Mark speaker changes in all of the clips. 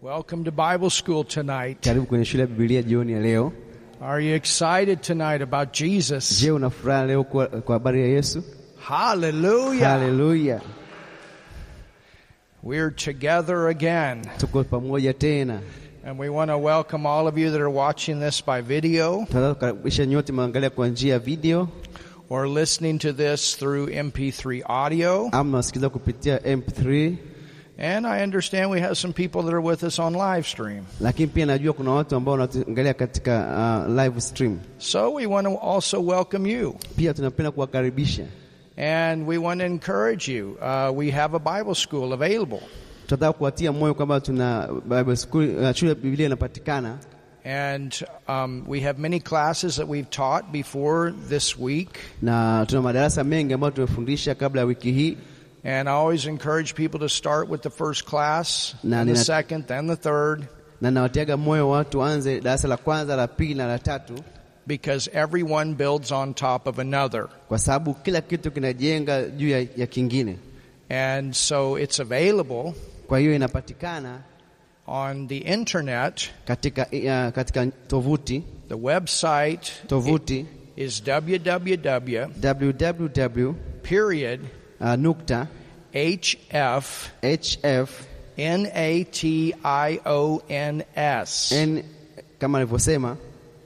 Speaker 1: Welcome to Bible school tonight.
Speaker 2: Karibu kwenye shule ya Biblia jioni ya leo.
Speaker 1: Are you excited tonight about Jesus?
Speaker 2: Je, una furaha leo kwa kwa habari ya Yesu?
Speaker 1: Hallelujah.
Speaker 2: Haleluya,
Speaker 1: We're together again.
Speaker 2: tuko pamoja tena.
Speaker 1: And we want to welcome all of you that are watching this by video
Speaker 2: Tunataka kukaribisha nyote mnaangalia kwa njia ya video
Speaker 1: or listening to this through MP3 audio.
Speaker 2: ama mnasikiliza kupitia MP3,
Speaker 1: And I understand we have some people that are with us on live stream.
Speaker 2: lakini pia najua kuna watu ambao wanatuangalia katika uh, live stream.
Speaker 1: So we want to also welcome you.
Speaker 2: Pia tunapenda kuwakaribisha.
Speaker 1: And we want to encourage you. Uh, we have a Bible school available.
Speaker 2: Tunataka kuwatia moyo kwamba tuna Bible school, uh, shule ya Biblia inapatikana
Speaker 1: And um, we have many classes that we've taught before this week.
Speaker 2: na tuna madarasa mengi ambayo tumefundisha kabla ya wiki hii
Speaker 1: And I always encourage people to start with the first class,
Speaker 2: Na-
Speaker 1: then the
Speaker 2: na-
Speaker 1: second, then the third,
Speaker 2: na nawatiaga moyo watu waanze darasa la kwanza, la pili na la tatu,
Speaker 1: because everyone builds on top of another.
Speaker 2: kwa sababu kila kitu kinajenga juu ya, ya kingine.
Speaker 1: And so it's available
Speaker 2: Kwa hiyo inapatikana
Speaker 1: on the internet.
Speaker 2: katika, uh, katika tovuti
Speaker 1: The website
Speaker 2: tovuti
Speaker 1: is www
Speaker 2: www
Speaker 1: period
Speaker 2: uh, nukta
Speaker 1: hf
Speaker 2: hf
Speaker 1: n a t i o n s
Speaker 2: n kama alivyosema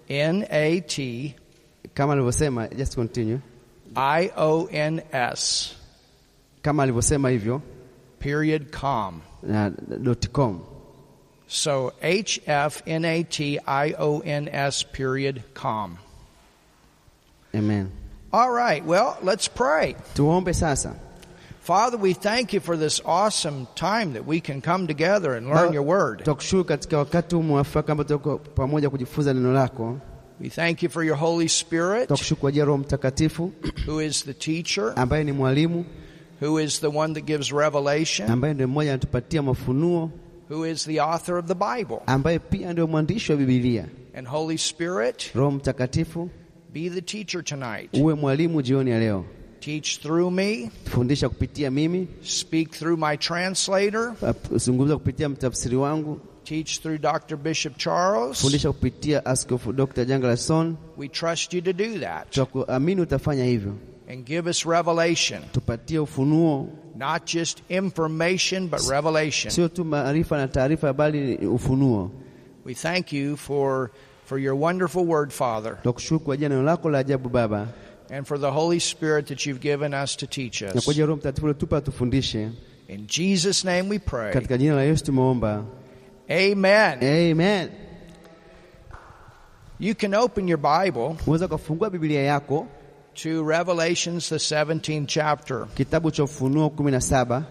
Speaker 1: n a t
Speaker 2: kama alivyosema just continue
Speaker 1: i o n s
Speaker 2: kama alivyosema hivyo
Speaker 1: period com.
Speaker 2: na dot com
Speaker 1: So HFNATIONS period com.
Speaker 2: amen.
Speaker 1: All right, well, let's pray.
Speaker 2: Tuombe sasa.
Speaker 1: Father, we thank you for this awesome time that we can come together and learn
Speaker 2: Baba,
Speaker 1: your word.
Speaker 2: Tunakushukuru katika wakati huu mwafaka ambao tuko pamoja kujifunza neno lako.
Speaker 1: We thank you for your Holy Spirit,
Speaker 2: Tunakushukuru kwa ajili ya Roho Mtakatifu
Speaker 1: who is the teacher,
Speaker 2: ambaye ni mwalimu,
Speaker 1: who is the one that gives revelation,
Speaker 2: ambaye ndio mmoja anatupatia mafunuo,
Speaker 1: who is the author of the Bible.
Speaker 2: ambaye pia ndio mwandishi wa Biblia.
Speaker 1: And Holy Spirit,
Speaker 2: Roho Mtakatifu,
Speaker 1: be the teacher tonight.
Speaker 2: uwe mwalimu jioni ya leo,
Speaker 1: Teach through me,
Speaker 2: fundisha kupitia mimi,
Speaker 1: speak through my translator,
Speaker 2: ap- zungumza kupitia mtafsiri wangu,
Speaker 1: teach through Dr. Bishop Charles.
Speaker 2: fundisha kupitia Askofu Dr. Jangalason.
Speaker 1: We trust you to do that.
Speaker 2: Tunakuamini utafanya hivyo,
Speaker 1: and give us revelation,
Speaker 2: tupatie ufunuo,
Speaker 1: not just information, but revelation.
Speaker 2: sio tu maarifa na taarifa, bali ni ufunuo.
Speaker 1: We thank you for, for your wonderful word, Father,
Speaker 2: Tunakushukuru kwa ajili ya neno lako la ajabu Baba,
Speaker 1: and for the Holy Spirit that you've given us to teach
Speaker 2: na
Speaker 1: us.
Speaker 2: kwa ajili ya Roho Mtakatifu uliotupa atufundishe.
Speaker 1: In Jesus' name we pray.
Speaker 2: Katika jina la Yesu tumeomba,
Speaker 1: Amen.
Speaker 2: amen.
Speaker 1: You can open your Bible
Speaker 2: Unaweza ukafungua Biblia yako
Speaker 1: to Revelations, the 17th chapter.
Speaker 2: kitabu cha Ufunuo 17.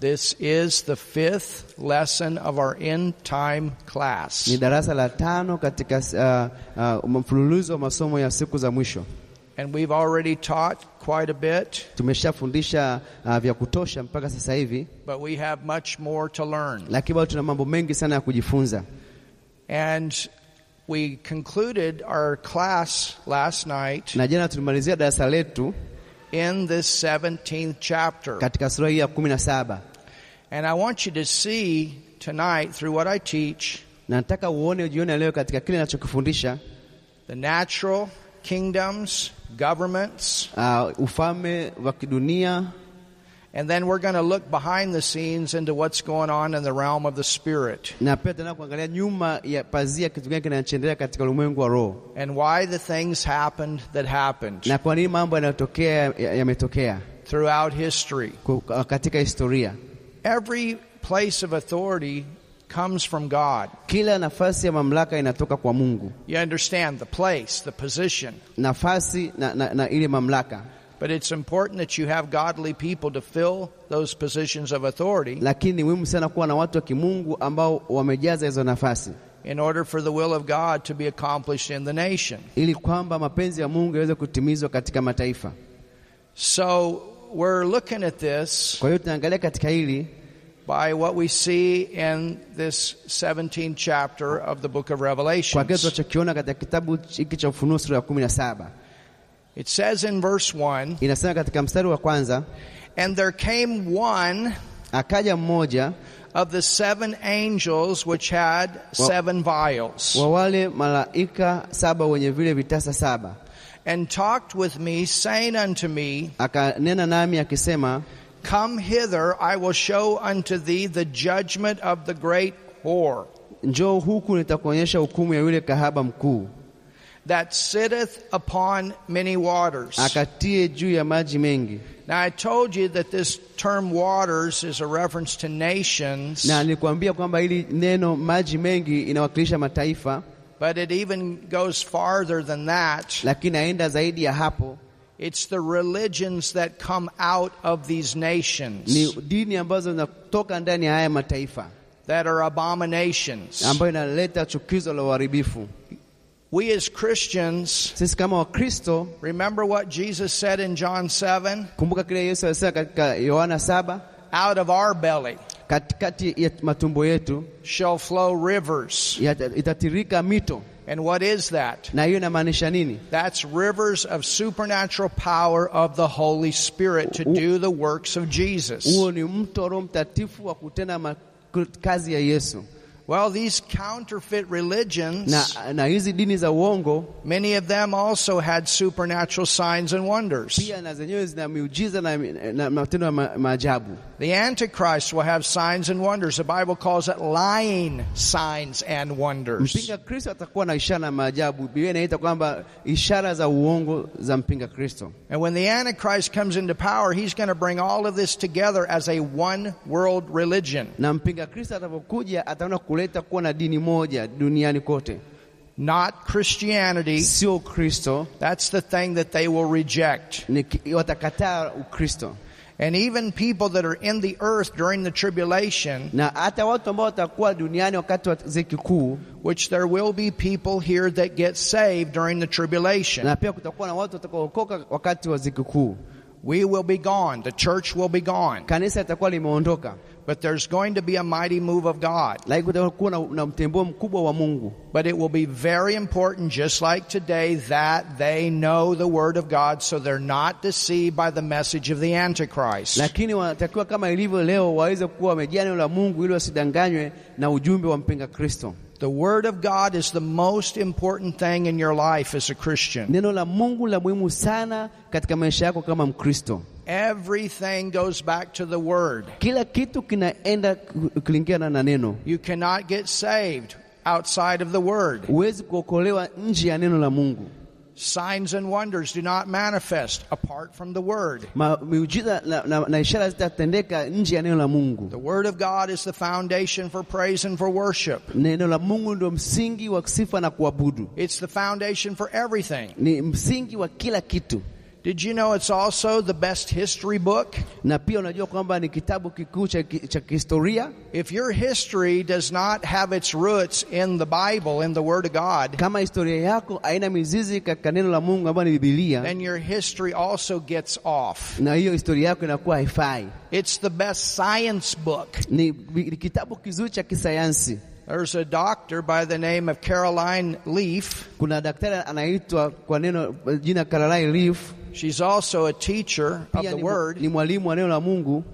Speaker 1: This is the fifth lesson of our end time class.
Speaker 2: Ni darasa la tano katika uh, uh, mfululizo wa masomo ya siku za mwisho.
Speaker 1: And we've already taught quite a bit,
Speaker 2: Tumeshafundisha uh, vya kutosha mpaka sasa hivi,
Speaker 1: but we have much more to learn.
Speaker 2: lakini bado tuna mambo mengi sana ya kujifunza.
Speaker 1: And we concluded our class last night
Speaker 2: Na jana tulimalizia darasa letu
Speaker 1: in this 17th chapter.
Speaker 2: katika sura hii ya 17,
Speaker 1: And I want you to see tonight, through what I teach,
Speaker 2: na nataka uone jioni ya leo katika kile ninachokifundisha
Speaker 1: the natural kingdoms, governments,
Speaker 2: uh, ufalme wa kidunia,
Speaker 1: and then we're going to look behind the scenes into what's going on in the realm of the spirit
Speaker 2: na pia tena kuangalia nyuma ya pazia, kitu gani kinachoendelea katika ulimwengu wa roho
Speaker 1: and why the things happened that happened
Speaker 2: na kwa nini mambo yanayotokea ya- yametokea
Speaker 1: throughout history.
Speaker 2: ku- katika historia.
Speaker 1: Every place of authority comes from God.
Speaker 2: Kila nafasi ya mamlaka inatoka kwa Mungu,
Speaker 1: You understand the place, the position.
Speaker 2: nafasi na, na, na ile mamlaka,
Speaker 1: But it's important that you have godly people to fill those positions of authority
Speaker 2: lakini ni muhimu sana kuwa na watu wa kimungu ambao wamejaza hizo nafasi,
Speaker 1: in order for the will of God to be accomplished in the nation.
Speaker 2: ili kwamba mapenzi ya Mungu yaweze kutimizwa katika mataifa.
Speaker 1: So we're looking at this
Speaker 2: Kwa hiyo tunaangalia katika hili
Speaker 1: by what we see in this 17th chapter of the book of
Speaker 2: kwa kile
Speaker 1: Revelation.
Speaker 2: tunachokiona katika kitabu hiki cha Ufunuo sura ya 17,
Speaker 1: It says in verse 1
Speaker 2: inasema katika mstari wa kwanza,
Speaker 1: And there came one
Speaker 2: akaja mmoja
Speaker 1: of the seven angels which had seven vials,
Speaker 2: wa wale malaika saba wenye vile vitasa saba.
Speaker 1: and talked with me, saying unto me,
Speaker 2: Akanena nami akisema,
Speaker 1: Come hither, I will show unto thee the judgment of the great whore
Speaker 2: njoo huku nitakuonyesha hukumu ya yule kahaba mkuu
Speaker 1: that sitteth upon many waters.
Speaker 2: akatie juu ya maji mengi.
Speaker 1: Now I told you that this term waters is a reference to nations,
Speaker 2: Na nilikwambia kwamba hili neno maji mengi inawakilisha mataifa,
Speaker 1: but it even goes farther than that.
Speaker 2: lakini aenda zaidi ya hapo.
Speaker 1: It's the religions that come out of these
Speaker 2: Ni
Speaker 1: nations
Speaker 2: dini ambazo zinatoka ndani ya haya mataifa
Speaker 1: that are abominations.
Speaker 2: ambayo inaleta chukizo la uharibifu.
Speaker 1: We as Christians
Speaker 2: Sisi kama Wakristo,
Speaker 1: remember what Jesus said in John 7
Speaker 2: kumbuka kile Yesu alisema katika Yohana saba,
Speaker 1: out of our belly
Speaker 2: katikati ya matumbo yetu
Speaker 1: shall flow rivers.
Speaker 2: yata- itatirika mito,
Speaker 1: And what is that?
Speaker 2: na hiyo inamaanisha nini?
Speaker 1: That's rivers of supernatural power of the Holy Spirit to do the works of Jesus.
Speaker 2: Huo ni mto wa Roho Mtakatifu wa kutenda ma- kazi ya Yesu.
Speaker 1: Well, these counterfeit religions,
Speaker 2: na, na hizi dini za uongo
Speaker 1: many of them also had supernatural signs and wonders.
Speaker 2: pia na zenyewe zina miujiza na, na matendo ya ma- maajabu.
Speaker 1: The Antichrist will have signs and wonders. The Bible calls it lying signs and wonders.
Speaker 2: Mpinga Kristo atakuwa na ishara na maajabu. Biblia inaita kwamba ishara za uongo za mpinga Kristo,
Speaker 1: And when the Antichrist comes into power, he's going to bring all of this together as a one world religion.
Speaker 2: na mpinga Kristo atakapokuja ataona kuleta kuwa na dini moja duniani kote,
Speaker 1: Not Christianity.
Speaker 2: sio Kristo
Speaker 1: That's the thing that they will reject.
Speaker 2: ni ki- watakataa Ukristo,
Speaker 1: And even people that are in the earth during the tribulation,
Speaker 2: na hata watu ambao watakuwa duniani wakati wa ziki kuu,
Speaker 1: which there will be people here that get saved during the tribulation,
Speaker 2: na pia kutakuwa na watu watakaookoka wakati wa ziki kuu.
Speaker 1: we will be gone. The church will be gone.
Speaker 2: Kanisa litakuwa limeondoka,
Speaker 1: But there's going to be a mighty move of God.
Speaker 2: lakini kutakuwa na, na mtembuo mkubwa wa Mungu.
Speaker 1: But it will be very important, just like today, that they know the Word of God so they're not deceived by the message of the Antichrist.
Speaker 2: lakini wanatakiwa kama ilivyo leo waweze kuwa wamejaa neno la Mungu ili wasidanganywe na ujumbe wa mpinga Kristo.
Speaker 1: The Word of God is the most important thing in your life as a Christian.
Speaker 2: Neno la Mungu la muhimu sana katika maisha yako kama Mkristo.
Speaker 1: Everything goes back to the Word.
Speaker 2: Kila kitu kinaenda kulingana na neno.
Speaker 1: You cannot get saved outside of the Word.
Speaker 2: Huwezi kuokolewa nje ya neno la Mungu.
Speaker 1: Signs and wonders do not manifest apart from the Word.
Speaker 2: Ma, miujiza na, na, na ishara zitatendeka nje ya neno la Mungu.
Speaker 1: The Word of God is the foundation for praise and for worship.
Speaker 2: Neno la Mungu ndio msingi wa sifa na kuabudu,
Speaker 1: It's the foundation for everything.
Speaker 2: ni msingi wa kila kitu.
Speaker 1: Did you know it's also the best history book?
Speaker 2: Na pia unajua kwamba ni kitabu kikuu cha ki- cha kihistoria
Speaker 1: If your history does not have its roots in the Bible, in the Word of God,
Speaker 2: kama historia yako haina mizizi katika neno la Mungu ambayo ni Biblia,
Speaker 1: then your history also gets off.
Speaker 2: na hiyo historia yako inakuwa haifai.
Speaker 1: It's the best science book.
Speaker 2: Ni, ni kitabu kizuri cha kisayansi.
Speaker 1: There's a doctor by the name of Caroline Leaf.
Speaker 2: Kuna daktari anaitwa kwa neno jina Caroline Leaf,
Speaker 1: She's also a teacher of
Speaker 2: pia
Speaker 1: the
Speaker 2: ni,
Speaker 1: Word,
Speaker 2: ni mwalimu wa neno la Mungu,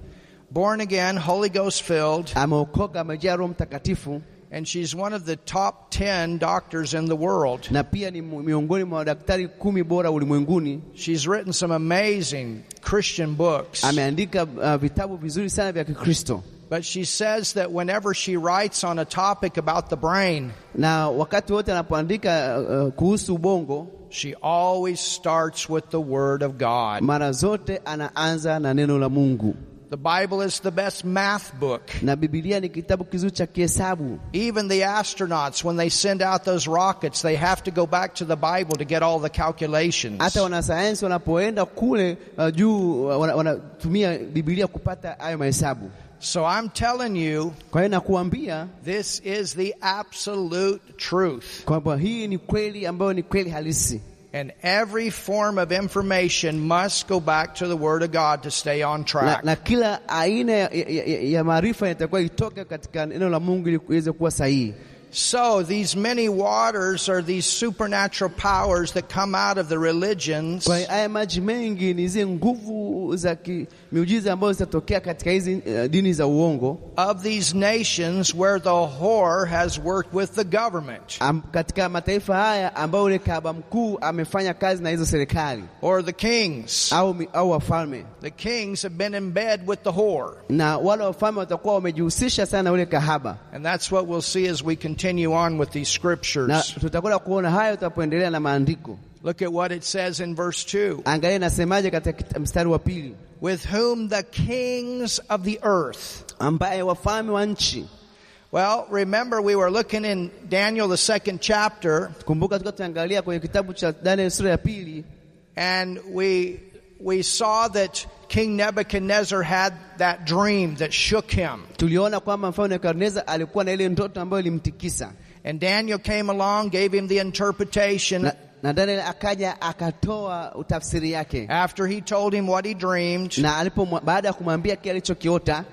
Speaker 1: born again, Holy Ghost filled,
Speaker 2: ameokoka, amejaa Roho Mtakatifu,
Speaker 1: and she's one of the top 10 doctors in the world.
Speaker 2: na pia ni mu- miongoni mwa daktari kumi bora ulimwenguni.
Speaker 1: She's written some amazing Christian books.
Speaker 2: Ameandika uh, vitabu vizuri sana vya Kikristo,
Speaker 1: But she says that whenever she writes on a topic about the brain,
Speaker 2: na wakati wote anapoandika uh, kuhusu ubongo,
Speaker 1: she always starts with the Word of God.
Speaker 2: mara zote anaanza na neno la Mungu.
Speaker 1: The Bible is the best math book.
Speaker 2: na Biblia ni kitabu kizuri cha kihesabu.
Speaker 1: Even the astronauts, when they send out those rockets, they have to go back to the Bible to get all the calculations.
Speaker 2: Hata wanasayansi wanapoenda kule uh, juu uh, wana- wanatumia Biblia kupata hayo mahesabu.
Speaker 1: So I'm telling you,
Speaker 2: Kwa hiyo nakuambia
Speaker 1: this is the absolute truth.
Speaker 2: kwamba hii ni kweli ambayo ni kweli halisi,
Speaker 1: And every form of information must go back to the Word of God to stay on
Speaker 2: na,
Speaker 1: track.
Speaker 2: na kila aina ya, ya, ya, ya maarifa yatakuwa itoke katika neno la Mungu ili iweze kuwa sahihi.
Speaker 1: So these many waters are these supernatural powers that come out of the religions
Speaker 2: Kwa hiyo haya maji mengi ni zile nguvu za miujiza ambazo zitatokea katika hizi eh, dini za uongo
Speaker 1: of these nations where the whore has worked with the government
Speaker 2: am, katika mataifa haya ambayo yule kahaba mkuu amefanya kazi na hizo serikali
Speaker 1: or the kings.
Speaker 2: au, mi- au wafalme,
Speaker 1: The kings have been in bed with the whore.
Speaker 2: na wale wafalme watakuwa wamejihusisha sana na yule kahaba,
Speaker 1: And that's what we'll see as we continue on with these
Speaker 2: na
Speaker 1: scriptures.
Speaker 2: tutakwenda kuona hayo tutapoendelea na maandiko.
Speaker 1: Look at what it says in verse 2.
Speaker 2: Angalia nasemaje katika kita- mstari wa pili,
Speaker 1: With whom the kings of the earth.
Speaker 2: ambaye wafalme wa nchi.
Speaker 1: Well, remember we were looking in Daniel the second chapter
Speaker 2: Kumbuka tulikuwa tunaangalia kwenye kitabu cha Daniel sura ya pili
Speaker 1: and we we saw that King Nebuchadnezzar had that dream that shook him.
Speaker 2: tuliona kwamba mfalme Nebukadneza alikuwa na ile ndoto ambayo ilimtikisa
Speaker 1: And Daniel came along, gave him the interpretation
Speaker 2: na, na Daniel akaja akatoa utafsiri yake
Speaker 1: after he told him what he dreamed.
Speaker 2: na alipo baada ya kumwambia kile alichokiota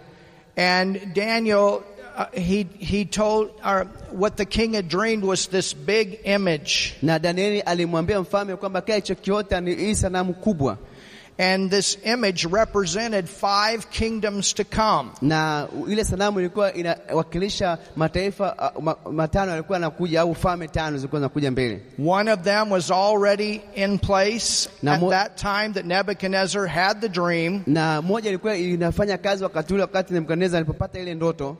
Speaker 1: And Daniel, uh, he, he told, or what the king had dreamed was this big image.
Speaker 2: na Danieli alimwambia mfalme kwamba kile alichokiota ni hii sanamu kubwa,
Speaker 1: And this image represented five kingdoms to come.
Speaker 2: na ile sanamu ilikuwa inawakilisha mataifa uh, ma- matano yalikuwa yanakuja au falme tano zilikuwa zinakuja mbele,
Speaker 1: One of them was already in place
Speaker 2: Now,
Speaker 1: at
Speaker 2: mo-
Speaker 1: that time that Nebuchadnezzar had the dream,
Speaker 2: na moja ilikuwa inafanya kazi wakati ule, wakati Nebukadneza alipopata ile ndoto,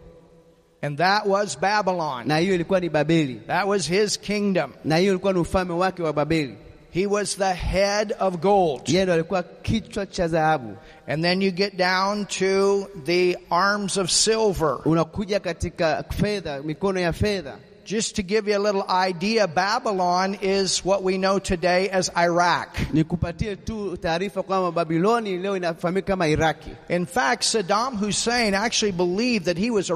Speaker 1: and that was Babylon.
Speaker 2: na hiyo ilikuwa ni Babeli,
Speaker 1: That was his kingdom.
Speaker 2: na hiyo ilikuwa ni ufalme wake wa Babeli.
Speaker 1: He was the head of gold.
Speaker 2: Yeye ndo alikuwa kichwa cha dhahabu.
Speaker 1: And then you get down to the arms of silver.
Speaker 2: Unakuja katika fedha, mikono ya fedha.
Speaker 1: Just to give you a little idea, Babylon is what we know today as Iraq.
Speaker 2: Nikupatie tu taarifa kwamba Babiloni leo inafahamika kama Iraki.
Speaker 1: In fact, Saddam Hussein actually believed that he was a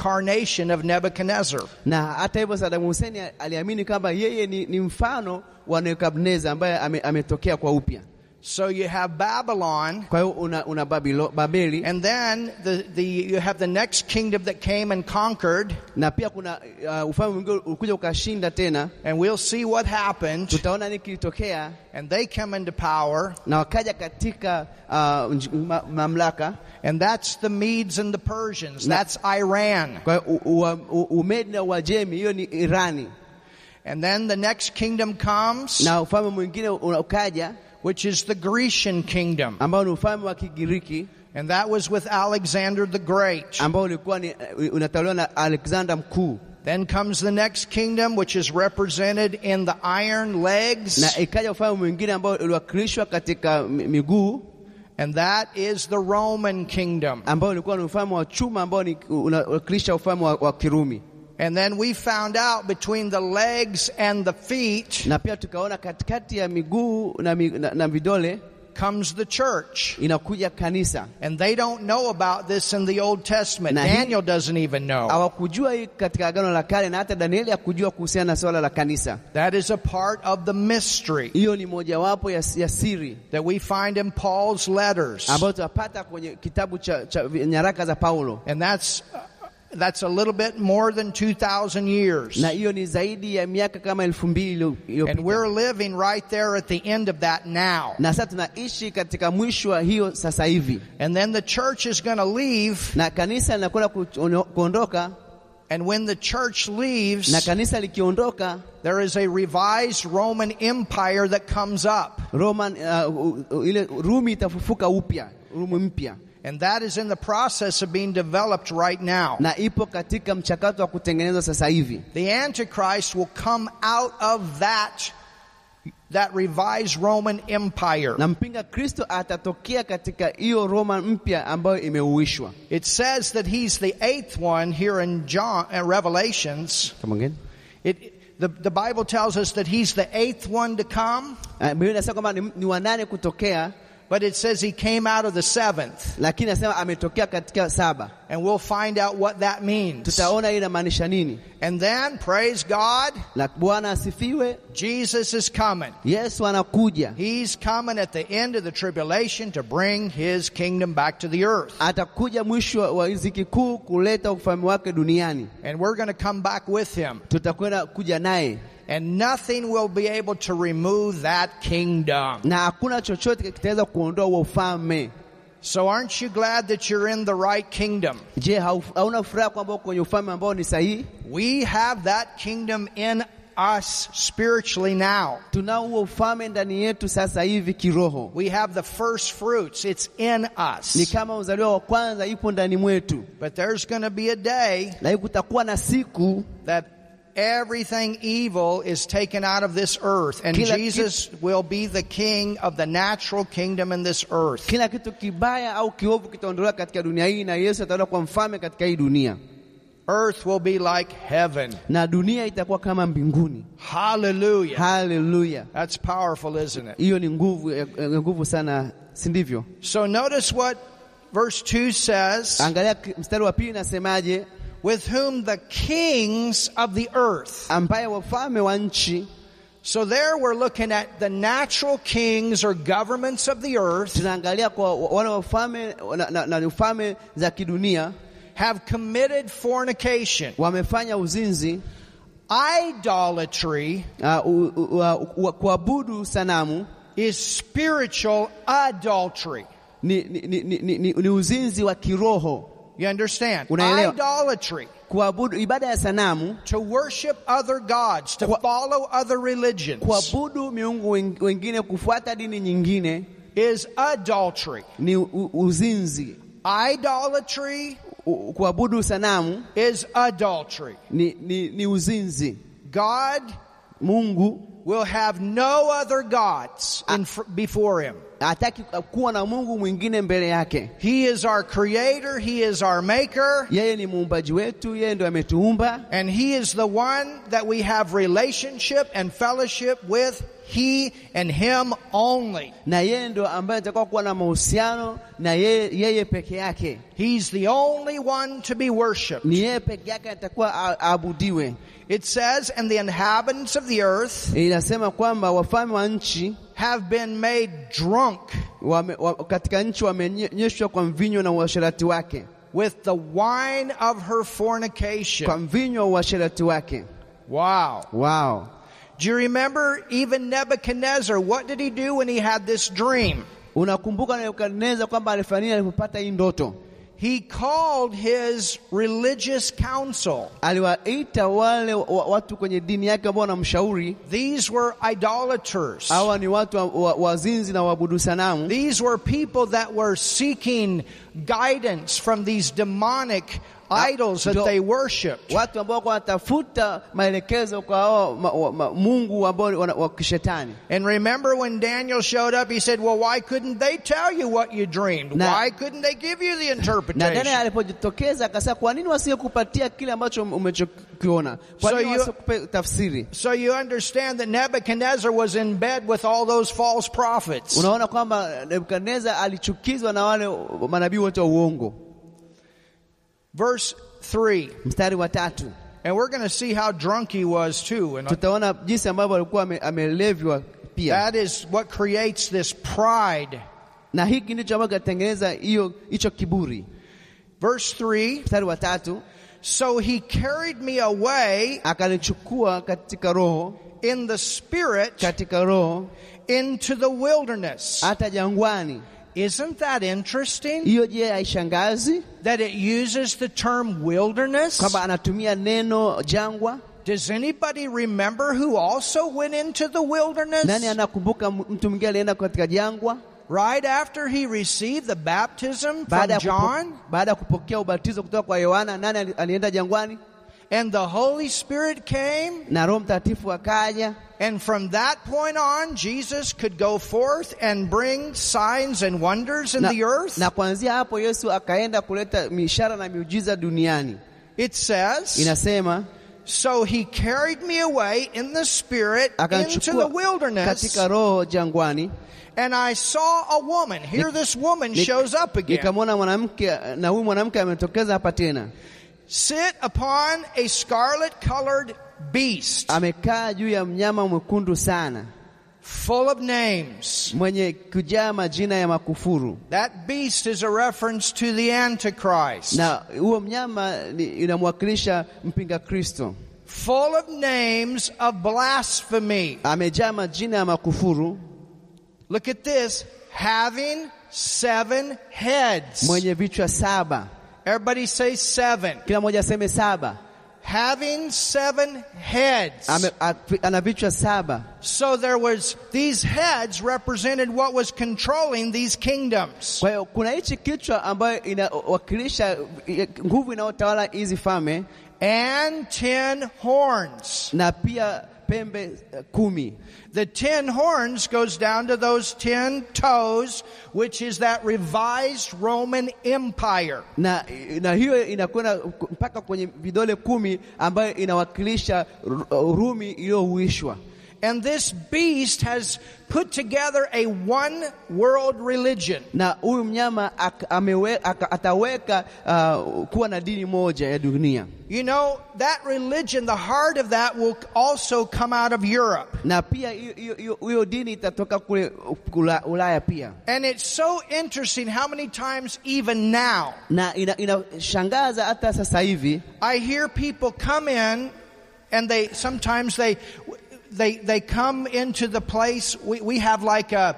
Speaker 1: reincarnation of Nebuchadnezzar.
Speaker 2: na hata hivyo Saddam Hussein aliamini kwamba yeye ni, ni mfano wa Nebukadneza ambaye ame, ametokea kwa upya.
Speaker 1: So you have Babylon,
Speaker 2: Kwa hiyo una, una Babilo, Babeli
Speaker 1: and then the, the, you have the next kingdom that came and conquered,
Speaker 2: na pia kuna uh, ufalme mwingine ulikuja ukashinda tena.
Speaker 1: and we'll see what happened.
Speaker 2: Tutaona nini kilitokea,
Speaker 1: And they come into power,
Speaker 2: na wakaja katika uh, nj- ma, mamlaka.
Speaker 1: and that's the Medes and the Persians. That's Iran.
Speaker 2: Kwa hiyo u- u- u- Umedi na Uajemi, hiyo ni Irani,
Speaker 1: And then the next kingdom comes,
Speaker 2: na ufalme mwingine una- ukaja
Speaker 1: which is the Grecian kingdom.
Speaker 2: ambao ni ufalme wa Kigiriki
Speaker 1: And that was with Alexander the Great.
Speaker 2: ambao ulikuwa ni eh, unatawaliwa na Alexander Mkuu.
Speaker 1: Then comes the next kingdom, which is represented in the iron
Speaker 2: na
Speaker 1: legs,
Speaker 2: ikaja ufalme mwingine ambao uliwakilishwa katika mi- miguu
Speaker 1: and that is the Roman kingdom.
Speaker 2: ambao ulikuwa ni ufalme wa chuma ambao ni- unawakilisha ufalme wa, wa Kirumi,
Speaker 1: And then we found out between the legs and the feet
Speaker 2: na pia tukaona katikati ya miguu na, mi- na, na vidole
Speaker 1: comes the church.
Speaker 2: inakuja kanisa.
Speaker 1: And they don't know about this in the Old Testament.
Speaker 2: Now he-
Speaker 1: Daniel doesn't even know.
Speaker 2: Hawakujua hii katika Agano la Kale, na hata Danieli hakujua kuhusiana na swala la kanisa.
Speaker 1: That is a part of the mystery
Speaker 2: Hiyo ni mojawapo ya, ya siri
Speaker 1: that we find in Paul's letters.
Speaker 2: ambayo tutapata kwenye kitabu cha, cha vi- nyaraka za Paulo,
Speaker 1: And that's, that's a little bit more than 2,000 years.
Speaker 2: na hiyo ni zaidi ya miaka kama elfu mbili iliyo-
Speaker 1: And
Speaker 2: iliyopita,
Speaker 1: we're living right there at the end of that now.
Speaker 2: na sasa tunaishi katika mwisho wa hiyo sasa hivi.
Speaker 1: And then the church is going to leave.
Speaker 2: na kanisa linakwenda kuonyo- kuondoka,
Speaker 1: And when the church
Speaker 2: na
Speaker 1: leaves,
Speaker 2: kanisa likiondoka,
Speaker 1: there is a revised Roman Empire that comes up.
Speaker 2: Roman uh, u- u- ile Rumi itafufuka upya, Rumi mpya,
Speaker 1: And that is in the process of being developed right now.
Speaker 2: na ipo katika mchakato wa kutengenezwa sasa hivi,
Speaker 1: The Antichrist will come out of that, that revised Roman Empire.
Speaker 2: na mpinga Kristo atatokea katika hiyo Roma mpya ambayo imeuishwa.
Speaker 1: It says that he's the eighth one here in John, uh, Revelations.
Speaker 2: Kama ngine
Speaker 1: It, the, the Bible tells us that he's the eighth one to come.
Speaker 2: Uh, Biblia inasema kwamba ni, ni wanane kutokea
Speaker 1: But it says he came out of the seventh,
Speaker 2: lakini anasema ametokea katika saba.
Speaker 1: and we'll find out what that means.
Speaker 2: Tutaona hii inamaanisha nini.
Speaker 1: And then, praise God,
Speaker 2: Na Bwana asifiwe,
Speaker 1: Jesus is coming.
Speaker 2: Yesu anakuja,
Speaker 1: He's coming at the end of the tribulation to bring his kingdom back to the earth.
Speaker 2: atakuja mwisho wa ziki kuu kuleta ufalme wake duniani.
Speaker 1: And we're going to come back with him.
Speaker 2: Tutakwenda kuja naye
Speaker 1: And nothing will be able to remove that kingdom.
Speaker 2: na hakuna chochote kitaweza kuondoa huo ufalme.
Speaker 1: So aren't you glad that you're in the right kingdom?
Speaker 2: Je, hau- hauna furaha kwamba uko kwenye ufalme ambao ni sahihi?
Speaker 1: We have that kingdom in us spiritually now.
Speaker 2: Tunao huo ufalme ndani yetu sasa hivi kiroho,
Speaker 1: We have the first fruits. It's in
Speaker 2: ni
Speaker 1: us.
Speaker 2: kama uzaliwa wa kwanza ipo ndani mwetu,
Speaker 1: But there's going to be a day
Speaker 2: na hii kutakuwa na siku
Speaker 1: that everything evil is taken out of this earth and
Speaker 2: Kila kit-
Speaker 1: Jesus will be the king of the natural kingdom in this earth.
Speaker 2: kila kitu kibaya au kiovu kitaondolewa katika dunia hii, na Yesu ataondolewa kwa mfalme katika hii dunia,
Speaker 1: Earth will be like heaven.
Speaker 2: na dunia itakuwa kama mbinguni.
Speaker 1: Hallelujah.
Speaker 2: Haleluya!
Speaker 1: That's powerful, isn't it?
Speaker 2: Hiyo ni nguvu ya- ya nguvu sana, si ndivyo?
Speaker 1: So notice what verse 2 says.
Speaker 2: Angalia ki- mstari wa pili nasemaje,
Speaker 1: with whom the kings of the earth.
Speaker 2: ambaye wafalme wa nchi.
Speaker 1: So there we're looking at the natural kings or governments of the earth
Speaker 2: Tunaangalia kwa wa- wale wafalme na, na, na ufalme za kidunia
Speaker 1: have committed fornication,
Speaker 2: wamefanya uzinzi
Speaker 1: idolatry,
Speaker 2: uh, u, u, u, u, kuabudu sanamu
Speaker 1: is spiritual adultery.
Speaker 2: ni, ni, ni, ni, ni, ni- ni uzinzi wa kiroho.
Speaker 1: You understand?
Speaker 2: Unaelewa.
Speaker 1: Idolatry.
Speaker 2: Kuabudu ibada ya sanamu,
Speaker 1: To worship other gods, to
Speaker 2: Kwa-
Speaker 1: follow other religions
Speaker 2: kuabudu miungu wen- wengine, kufuata dini nyingine
Speaker 1: is adultery.
Speaker 2: ni u, u- uzinzi.
Speaker 1: Idolatry
Speaker 2: U, u- kuabudu sanamu
Speaker 1: is adultery.
Speaker 2: ni, ni, ni uzinzi.
Speaker 1: God
Speaker 2: Mungu
Speaker 1: will have no other gods in fr- before him.
Speaker 2: hataki kuwa na Mungu mwingine mbele yake.
Speaker 1: He is our creator, He is our maker,
Speaker 2: Yeye ni muumbaji wetu, yeye ndo ametuumba
Speaker 1: and He is the one that we have relationship and fellowship with, He and Him only.
Speaker 2: na yeye ndo ambaye atakuwa kuwa na mahusiano na yeye, yeye peke yake.
Speaker 1: He's the only one to be worshiped.
Speaker 2: Ni yeye peke yake atakuwa a- aabudiwe. E,
Speaker 1: It says, and the inhabitants of the earth
Speaker 2: Inasema kwamba wafalme wa nchi
Speaker 1: have been made drunk
Speaker 2: wame, wa, katika nchi wamenyeshwa kwa mvinyo na uasherati wake,
Speaker 1: with the wine of her
Speaker 2: kwa
Speaker 1: fornication.
Speaker 2: mvinyo wa uasherati wake.
Speaker 1: Wow.
Speaker 2: Wow.
Speaker 1: Do you remember even Nebuchadnezzar? What did he do when he had this dream?
Speaker 2: Unakumbuka Nebukadneza kwamba alifanya nini alipopata hii ndoto?
Speaker 1: He called his religious council.
Speaker 2: Aliwaita wale wa, watu kwenye dini yake ambao wanamshauri.
Speaker 1: These were idolaters.
Speaker 2: Hawa ni watu wa- wa- wazinzi na waabudu sanamu.
Speaker 1: These were people that were seeking guidance from these demonic idols that they worshiped.
Speaker 2: watu ambao wako wanatafuta maelekezo kwa hao ma, wa, ma, Mungu ambao wana- wa kishetani.
Speaker 1: And remember when Daniel showed up, he said, Well, why couldn't they tell you what you dreamed?
Speaker 2: Now-
Speaker 1: Why couldn't they give you the
Speaker 2: Na Daniel
Speaker 1: interpretation?
Speaker 2: alipojitokeza akasema, kwa nini wasingekupatia kile ambacho umechokiona? Kwa
Speaker 1: So
Speaker 2: nini
Speaker 1: you-
Speaker 2: wasikupe tafsiri?
Speaker 1: So you understand that Nebuchadnezzar was in bed with all those false prophets.
Speaker 2: Unaona kwamba Nebukadneza alichukizwa na wale manabii wote wa uongo.
Speaker 1: Verse 3.
Speaker 2: Mstari wa tatu
Speaker 1: And we're going to see how drunk he was, too. And
Speaker 2: tutaona jinsi ambavyo alikuwa ame, amelevywa pia,
Speaker 1: that is what creates this pride.
Speaker 2: na hiki ndicho ambacho kinatengeneza hiyo hicho kiburi.
Speaker 1: Verse 3.
Speaker 2: Mstari wa tatu
Speaker 1: So he carried me away
Speaker 2: akanichukua katika roho,
Speaker 1: in the spirit
Speaker 2: katika roho
Speaker 1: into the wilderness.
Speaker 2: hata jangwani.
Speaker 1: Isn't that interesting
Speaker 2: Hiyo je, haishangazi
Speaker 1: that it uses the term wilderness?
Speaker 2: kwamba anatumia neno jangwa?
Speaker 1: Does anybody remember who also went into the
Speaker 2: Nani
Speaker 1: wilderness
Speaker 2: anakumbuka m- mtu mwingine alienda katika jangwa
Speaker 1: right after he received the baptism
Speaker 2: baada
Speaker 1: from
Speaker 2: ya kupo-
Speaker 1: John?
Speaker 2: baada ya kupokea ubatizo kutoka kwa Yohana? Nani ali- alienda jangwani
Speaker 1: And the Holy Spirit came,
Speaker 2: na Roho Mtakatifu akaja,
Speaker 1: and from that point on, Jesus could go forth and bring signs and wonders in
Speaker 2: na,
Speaker 1: the earth.
Speaker 2: na kuanzia hapo Yesu akaenda kuleta mishara na miujiza duniani.
Speaker 1: it says,
Speaker 2: Inasema
Speaker 1: So he carried me away in the spirit into the
Speaker 2: akanchukua
Speaker 1: wilderness,
Speaker 2: katika roho jangwani
Speaker 1: and I saw a woman. Here, this woman
Speaker 2: Nik-
Speaker 1: shows up again.
Speaker 2: nikamwona mwanamke na huyu mwanamke ametokeza hapa tena
Speaker 1: Sit upon a scarlet colored beast
Speaker 2: Ah. amekaa juu ya mnyama mwekundu sana
Speaker 1: full of names.
Speaker 2: mwenye kujaa majina ya makufuru
Speaker 1: That beast is a reference to the Antichrist.
Speaker 2: na huo mnyama ni- inamwakilisha mpinga Kristo.
Speaker 1: Full of names of blasphemy.
Speaker 2: Amejaa majina ya makufuru,
Speaker 1: Look at this. Having seven heads.
Speaker 2: mwenye vichwa saba.
Speaker 1: Everybody say seven.
Speaker 2: Kila mmoja aseme saba.
Speaker 1: Having seven heads.
Speaker 2: Ame, a, ana vichwa saba.
Speaker 1: So there was, these heads represented what was controlling these kingdoms.
Speaker 2: Kwa hiyo kuna hichi kichwa ambayo inawakilisha eh, nguvu inayotawala hizi falme
Speaker 1: And ten horns.
Speaker 2: na pia pembe eh, kumi.
Speaker 1: The ten horns goes down to those ten toes, which is that revised Roman Empire.
Speaker 2: na, eh, na hiyo inakwenda mpaka kwenye vidole kumi ambayo inawakilisha Ru- Rumi iliyohuishwa.
Speaker 1: And this beast has put together a one world religion.
Speaker 2: na huyu mnyama ak, amewe, ak, ataweka uh, kuwa na dini moja ya dunia,
Speaker 1: You know, that religion, the heart of that will also come out of Europe.
Speaker 2: na pia hiyo- hiyo hiyo- hiyo dini itatoka kule kula, Ulaya pia,
Speaker 1: And it's so interesting how many times, even now,
Speaker 2: na inashangaza ina inashangaza hata sasa hivi
Speaker 1: I hear people come in and they sometimes they they they come into the place we, we have like a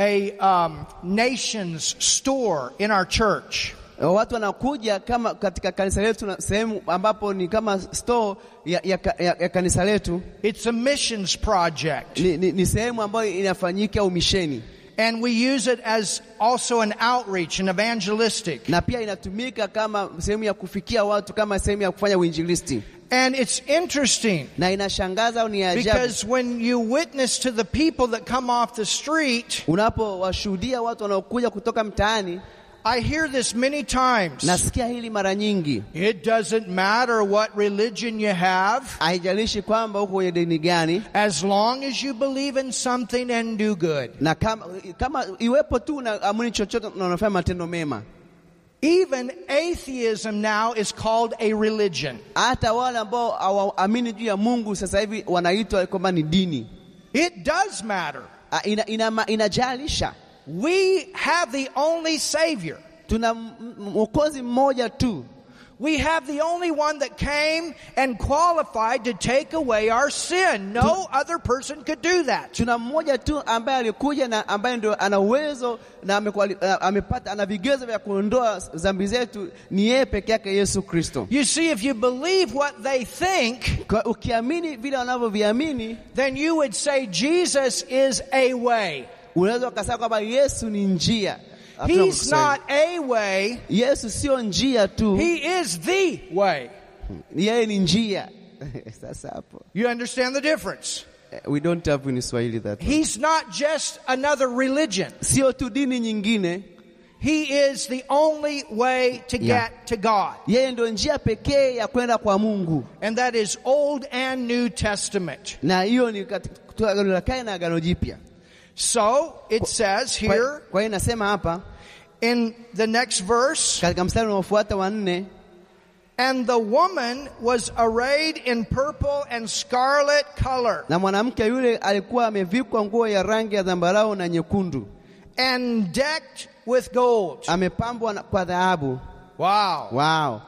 Speaker 1: a um, nations store in our church.
Speaker 2: Eh, watu wanakuja kama katika kanisa letu, na sehemu ambapo ni kama store ya, ya, ka- ya, ya kanisa letu
Speaker 1: It's a missions project.
Speaker 2: ni, ni, ni sehemu ambayo inafanyika umisheni
Speaker 1: And we use it as also an outreach and evangelistic.
Speaker 2: na pia inatumika kama sehemu ya kufikia watu, kama sehemu ya kufanya uinjilisti,
Speaker 1: And it's interesting
Speaker 2: na inashangaza au ni ajabu
Speaker 1: because when you witness to the people that come off the street,
Speaker 2: Unapowashuhudia watu wanaokuja kutoka mtaani,
Speaker 1: I hear this many times.
Speaker 2: nasikia hili mara nyingi.
Speaker 1: It doesn't matter what religion you have.
Speaker 2: Haijalishi kwamba uko kwenye dini gani,
Speaker 1: As long as you believe in something and do good.
Speaker 2: na kama, kama iwepo tu unaamini chochote na unafanya matendo mema.
Speaker 1: Even atheism now is called a religion.
Speaker 2: Hata wale ambao hawaamini juu ya Mungu sasa hivi wanaitwa kwamba ni dini.
Speaker 1: It does matter.
Speaker 2: Ah, Ina, ina, ma- inajalisha,
Speaker 1: We have the only Savior.
Speaker 2: tuna m- m- mwokozi mmoja tu,
Speaker 1: We have the only one that came and qualified to take away our sin. No other person could do that.
Speaker 2: tuna mmoja tu ambaye alikuja na ambaye ndio ana uwezo na amekwali, ah, amepata ana vigezo vya kuondoa dhambi zetu, ni yeye peke yake, Yesu Kristo.
Speaker 1: You see, if you believe what they think,
Speaker 2: Kwa ukiamini vile wanavyoviamini
Speaker 1: then you would say Jesus is a way.
Speaker 2: unaweza ukasema kwamba Yesu ni njia. Hatuna
Speaker 1: He's
Speaker 2: kusema.
Speaker 1: not a way,
Speaker 2: Yesu sio njia tu,
Speaker 1: He is the way.
Speaker 2: yeye ni njia. Sasa hapo
Speaker 1: You understand the difference?
Speaker 2: Eh, we don't have in Swahili that one.
Speaker 1: He's not just another religion.
Speaker 2: sio tu dini nyingine,
Speaker 1: He is the only way to
Speaker 2: Yeah.
Speaker 1: get to God.
Speaker 2: yeye ndio njia pekee ya kwenda kwa Mungu,
Speaker 1: And that is Old and New Testament.
Speaker 2: na hiyo ni kati- kutoka Agano la Kale na Agano Jipya.
Speaker 1: So it says
Speaker 2: Kwa
Speaker 1: here
Speaker 2: kwa hiyo inasema hapa
Speaker 1: in the next verse,
Speaker 2: katika mstari unaofuata wa nne,
Speaker 1: and the woman was arrayed in purple and scarlet color,
Speaker 2: na mwanamke yule alikuwa amevikwa nguo ya rangi ya zambarau na nyekundu,
Speaker 1: and decked with gold.
Speaker 2: Uh, amepambwa na- kwa dhahabu.
Speaker 1: Wow.
Speaker 2: Wow.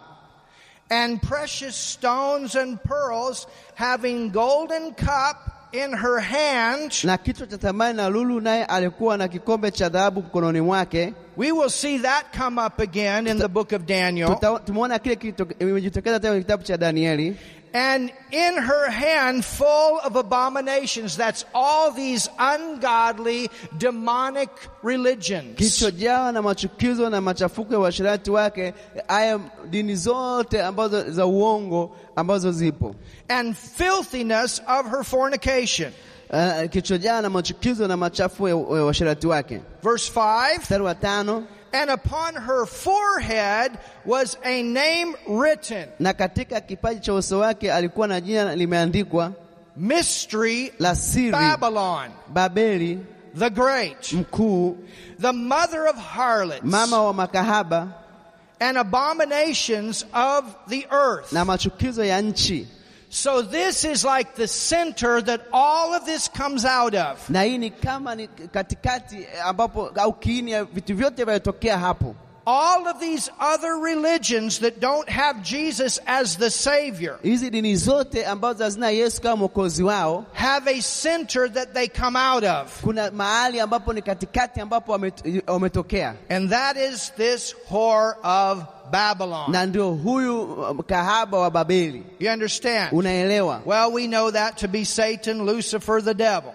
Speaker 1: And precious stones and pearls, having golden cup in her hand.
Speaker 2: na kichwa cha thamani na lulu, naye alikuwa na kikombe cha dhahabu mkononi mwake.
Speaker 1: We will see that come up again in the book of Daniel.
Speaker 2: Tuta- Tumeona kile kito- imejitokeza tena kwenye kitabu cha Danieli,
Speaker 1: And in her hand, full of abominations. That's all these ungodly, demonic religions.
Speaker 2: kichojawa na machukizo na machafuko ya uasherati wake, haya dini zote ambazo za uongo ambazo zipo
Speaker 1: And filthiness of her fornication.
Speaker 2: uh, kichwa jaa na machukizo na machafu ya ya uasherati wake.
Speaker 1: Verse 5
Speaker 2: Mstari wa tano,
Speaker 1: And upon her forehead was a name written
Speaker 2: na katika kipaji cha uso wake alikuwa na jina limeandikwa
Speaker 1: Mystery
Speaker 2: la siri,
Speaker 1: Babylon,
Speaker 2: Babeli
Speaker 1: the Great,
Speaker 2: mkuu,
Speaker 1: the mother of harlots,
Speaker 2: mama wa makahaba
Speaker 1: and abominations of the earth.
Speaker 2: na machukizo ya nchi.
Speaker 1: So this is like the center that all of this comes out of.
Speaker 2: Na hii ni kama ni katikati eh, ambapo au kiini ya vitu vyote vinavyotokea hapo.
Speaker 1: All of these other religions that don't have Jesus as the Savior
Speaker 2: Hizi dini zote ambazo hazina Yesu kama mwokozi wao,
Speaker 1: have a center that they come out of.
Speaker 2: kuna mahali ambapo ni katikati ambapo wamet- wametokea,
Speaker 1: And that is this whore of Babylon.
Speaker 2: na ndio huyu um, kahaba wa Babeli.
Speaker 1: You understand?
Speaker 2: Unaelewa
Speaker 1: Well, we know that to be Satan, Lucifer, the devil.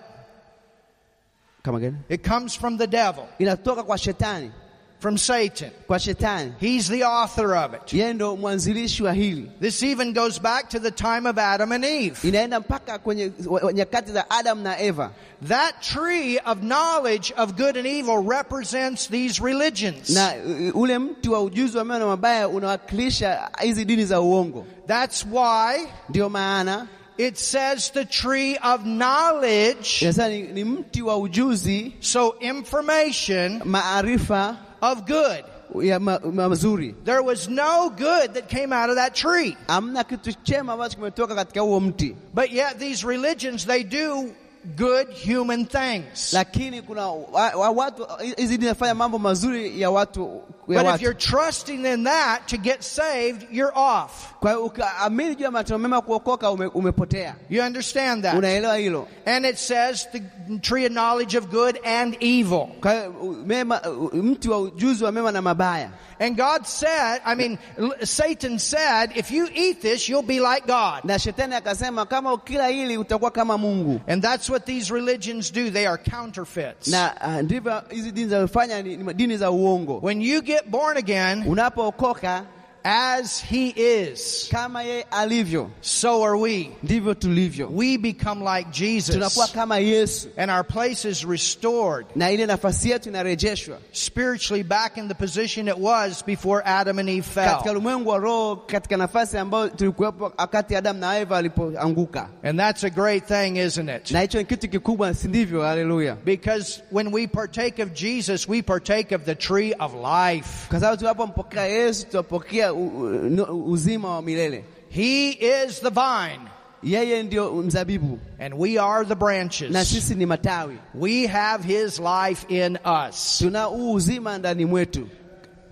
Speaker 2: kama gani?
Speaker 1: It comes from the devil,
Speaker 2: Inatoka kwa shetani,
Speaker 1: from Satan.
Speaker 2: kwa shetani.
Speaker 1: He's the author of it.
Speaker 2: Yeye ndo mwanzilishi wa hili.
Speaker 1: This even goes back to the time of Adam and Eve.
Speaker 2: Inaenda mpaka kwenye wa- wa- nyakati za Adam na Eva,
Speaker 1: That tree of knowledge of good and evil represents these religions.
Speaker 2: na uh, ule mti wa ujuzi wa mema na mabaya unawakilisha hizi dini za uongo.
Speaker 1: That's why
Speaker 2: Ndio maana
Speaker 1: it says the tree of knowledge,
Speaker 2: inasema ni, ni mti wa ujuzi,
Speaker 1: so information
Speaker 2: maarifa
Speaker 1: of good.
Speaker 2: ya ma, ma- mazuri.
Speaker 1: There was no good that came out of that tree.
Speaker 2: Hamna kitu chema ambacho kimetoka katika huo mti,
Speaker 1: But yet these religions, they do good human things.
Speaker 2: lakini kuna wa, wa, watu hizi dini zinafanya mambo mazuri ya watu ya
Speaker 1: But if
Speaker 2: watu.
Speaker 1: you're trusting in that to get saved, you're off.
Speaker 2: Kwa hiyo ukaamini juu ya matendo mema kuokoka, ume, umepotea.
Speaker 1: You understand that?
Speaker 2: Unaelewa hilo?
Speaker 1: And it says the tree of knowledge of good and evil.
Speaker 2: Kwa hiyo u- mema, u- mti wa ujuzi wa mema na mabaya,
Speaker 1: And God said, I mean, l- Satan said, if you eat this, you'll be like God.
Speaker 2: na shetani akasema kama ukila hili utakuwa kama Mungu,
Speaker 1: And that's what these religions do. They are counterfeits.
Speaker 2: na uh, ndivyo hizi dini zinazofanya ni, ni dini za uongo.
Speaker 1: When you get born again,
Speaker 2: Unapookoka
Speaker 1: as he is,
Speaker 2: kama yeye alivyo,
Speaker 1: so are we.
Speaker 2: ndivyo tulivyo.
Speaker 1: We become like
Speaker 2: tunakuwa
Speaker 1: Jesus.
Speaker 2: kama Yesu,
Speaker 1: And our place is restored
Speaker 2: na ile nafasi yetu inarejeshwa
Speaker 1: spiritually back in the position it was before Adam and Eve
Speaker 2: katika
Speaker 1: fell.
Speaker 2: ulimwengu wa roho, katika nafasi ambayo tulikuwepo wakati Adamu na Eva walipoanguka.
Speaker 1: And that's a great thing, isn't it?
Speaker 2: Na hicho ni kitu kikubwa, si ndivyo? Haleluya!
Speaker 1: Because when we partake of Jesus, we partake of the tree of life.
Speaker 2: Kwa sababu tunapompokea Yesu tunapokea u- u- no- uzima wa milele.
Speaker 1: He is the vine,
Speaker 2: Yeye ndio mzabibu
Speaker 1: and we are the
Speaker 2: na
Speaker 1: branches.
Speaker 2: sisi ni matawi,
Speaker 1: We have His life in us.
Speaker 2: tuna huu uzima ndani mwetu.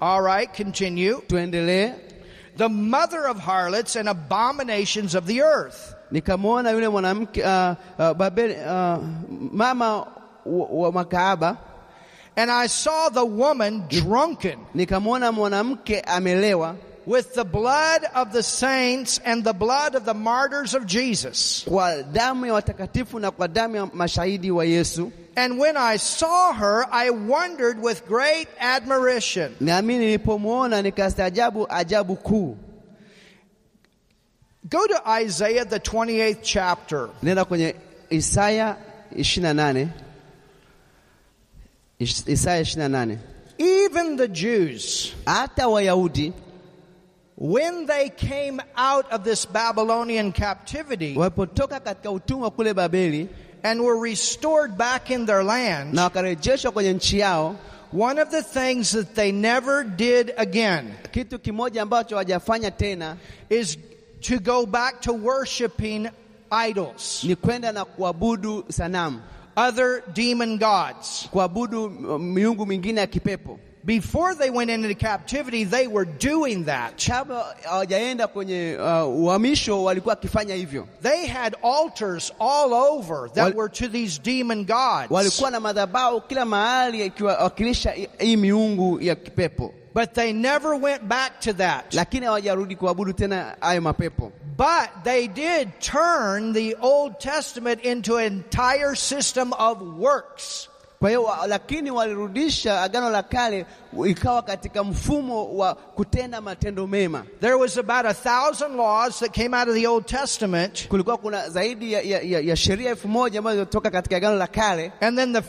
Speaker 1: All right, continue.
Speaker 2: Tuendelee.
Speaker 1: The mother of harlots and abominations of the earth.
Speaker 2: Nikamwona yule mwanamke uh, uh, Babeli, uh, mama wa, wa makaaba
Speaker 1: And I saw the woman drunken
Speaker 2: nikamwona mwanamke amelewa
Speaker 1: with the blood of the saints and the blood of the martyrs of Jesus.
Speaker 2: kwa damu ya watakatifu na kwa damu ya mashahidi wa Yesu.
Speaker 1: And when I saw her, I wondered with great admiration.
Speaker 2: Nami nilipomwona nikastaajabu ajabu kuu.
Speaker 1: Go to Isaiah, the 28th chapter.
Speaker 2: Nenda kwenye Isaya 28 Is- Isaya 28.
Speaker 1: Even the Jews,
Speaker 2: Hata Wayahudi
Speaker 1: when they came out of this Babylonian captivity
Speaker 2: walipotoka katika utumwa kule Babeli
Speaker 1: and were restored back in their land,
Speaker 2: na wakarejeshwa kwenye nchi yao,
Speaker 1: one of the things that they never did again
Speaker 2: kitu kimoja ambacho hawajafanya tena
Speaker 1: is to go back to worshiping idols,
Speaker 2: ni kwenda na kuabudu sanamu,
Speaker 1: other demon gods.
Speaker 2: kuabudu mm, miungu mingine ya kipepo.
Speaker 1: Before they went into kabla they were doing that.
Speaker 2: kabla hawajaenda kwenye uh, uhamisho walikuwa wakifanya hivyo,
Speaker 1: They had altars all over
Speaker 2: Wal-
Speaker 1: that were to these demon gods,
Speaker 2: walikuwa na madhabahu kila mahali ikiwakilisha hii- hii miungu ya kipepo,
Speaker 1: but they never went back to that.
Speaker 2: lakini hawajarudi kuabudu tena hayo mapepo.
Speaker 1: But they did turn the Old Testament into an entire system of works.
Speaker 2: Kwa hiyo wa- lakini walirudisha agano la kale ikawa katika mfumo wa kutenda matendo mema.
Speaker 1: There was about a thousand laws that came out of the Old Testament,
Speaker 2: Kulikuwa kuna zaidi ya, ya, ya, ya sheria elfu moja ambazo zilitoka katika Agano la Kale,
Speaker 1: and then the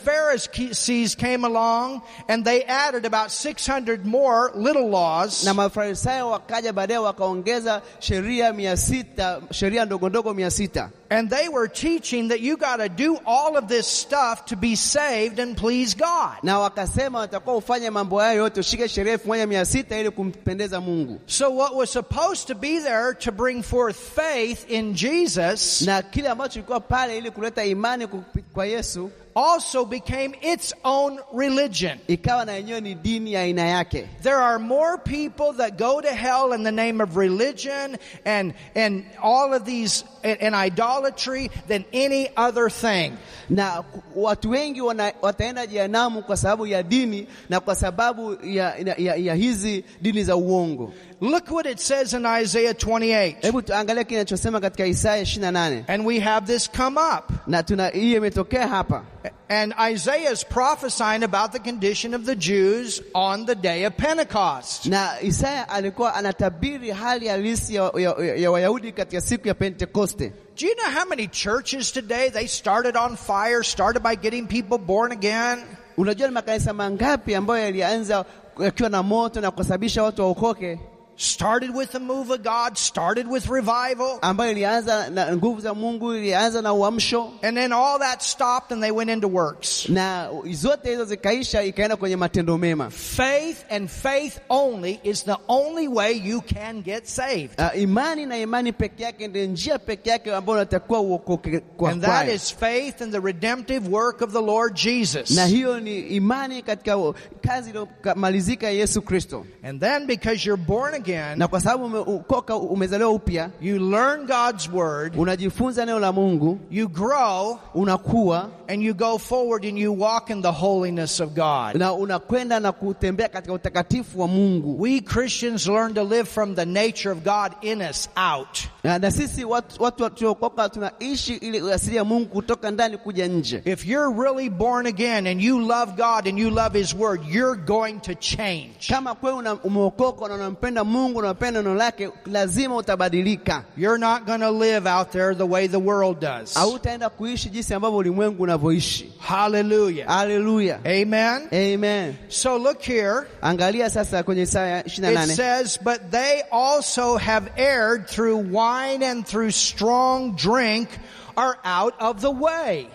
Speaker 1: Pharisees came along and they added about 600 more little laws.
Speaker 2: na Mafarisayo wakaja baadaye wakaongeza sheria mia sita sheria ndogo ndogo mia sita
Speaker 1: And they were teaching that you got to do all of this stuff to be saved and please God.
Speaker 2: na wakasema watakuwa ufanye mambo hayo yote, ushike sheria elfu moja mia sita ili kumpendeza Mungu.
Speaker 1: So what was supposed to be there to bring forth faith in Jesus
Speaker 2: na kile ambacho kilikuwa pale ili kuleta imani kupi- kwa Yesu
Speaker 1: also became its own religion.
Speaker 2: ikawa na yenyewe ni dini ya aina yake.
Speaker 1: There are more people that go to hell in the name of religion and and all of these and, and idolatry than any other thing.
Speaker 2: Na ku- watu wengi wana, wataenda jehanamu kwa sababu ya dini na kwa sababu ya, ya, ya, ya hizi dini za uongo.
Speaker 1: Look what it says in Isaiah 28.
Speaker 2: Hebu tuangalie kinachosema katika Isaya 28
Speaker 1: And we have this come up.
Speaker 2: na tuna hii imetokea hapa
Speaker 1: And Isaiah is prophesying about the condition of the Jews on the day of Pentecost.
Speaker 2: na Isaya alikuwa anatabiri hali halisi ya, ya, ya, ya Wayahudi katika siku ya Pentekoste.
Speaker 1: Do you know how many churches today they started on fire, started by getting people born again?
Speaker 2: Unajua ni makanisa mangapi ambayo yalianza yakiwa na moto na kusababisha watu waokoke?
Speaker 1: Started with the move of God, started with revival,
Speaker 2: ambayo ilianza na nguvu za Mungu, ilianza na uamsho
Speaker 1: and then all that stopped and they went into works.
Speaker 2: na zote hizo zikaisha, ikaenda kwenye matendo mema.
Speaker 1: Faith and faith only is the only way you can get saved.
Speaker 2: Uh, imani na imani peke yake ndiyo njia peke yake ambayo unatakiwa uokoke kwa
Speaker 1: And that
Speaker 2: kwayo.
Speaker 1: is faith in the redemptive work of the Lord Jesus.
Speaker 2: na hiyo ni imani katika u- kazi iliyomalizika Yesu Kristo,
Speaker 1: And then because you're born again,
Speaker 2: na kwa sababu umeokoka, umezaliwa upya,
Speaker 1: you learn God's word.
Speaker 2: unajifunza neno la Mungu,
Speaker 1: You grow
Speaker 2: unakuwa
Speaker 1: and you go forward and you walk in the holiness of God.
Speaker 2: na unakwenda na kutembea katika utakatifu wa Mungu.
Speaker 1: We Christians learn to live from the nature of God in us out.
Speaker 2: Na, na sisi watu, watu tuliokoka tunaishi ile asili ya Mungu kutoka ndani kuja nje.
Speaker 1: If you're really born again and you love God and you love His Word, you're going to change.
Speaker 2: kama kweli una- umeokoka na unampenda Mungu na unapenda neno lake, lazima utabadilika.
Speaker 1: You're not going to live out there the way the world does.
Speaker 2: Hautaenda kuishi jinsi ambavyo ulimwengu unavyoishi.
Speaker 1: Hallelujah.
Speaker 2: Haleluya,
Speaker 1: Amen.
Speaker 2: amen.
Speaker 1: So look here.
Speaker 2: Angalia sasa kwenye Isaya
Speaker 1: It
Speaker 2: 28
Speaker 1: says, but they also have erred through wine and through strong drink are out of the way.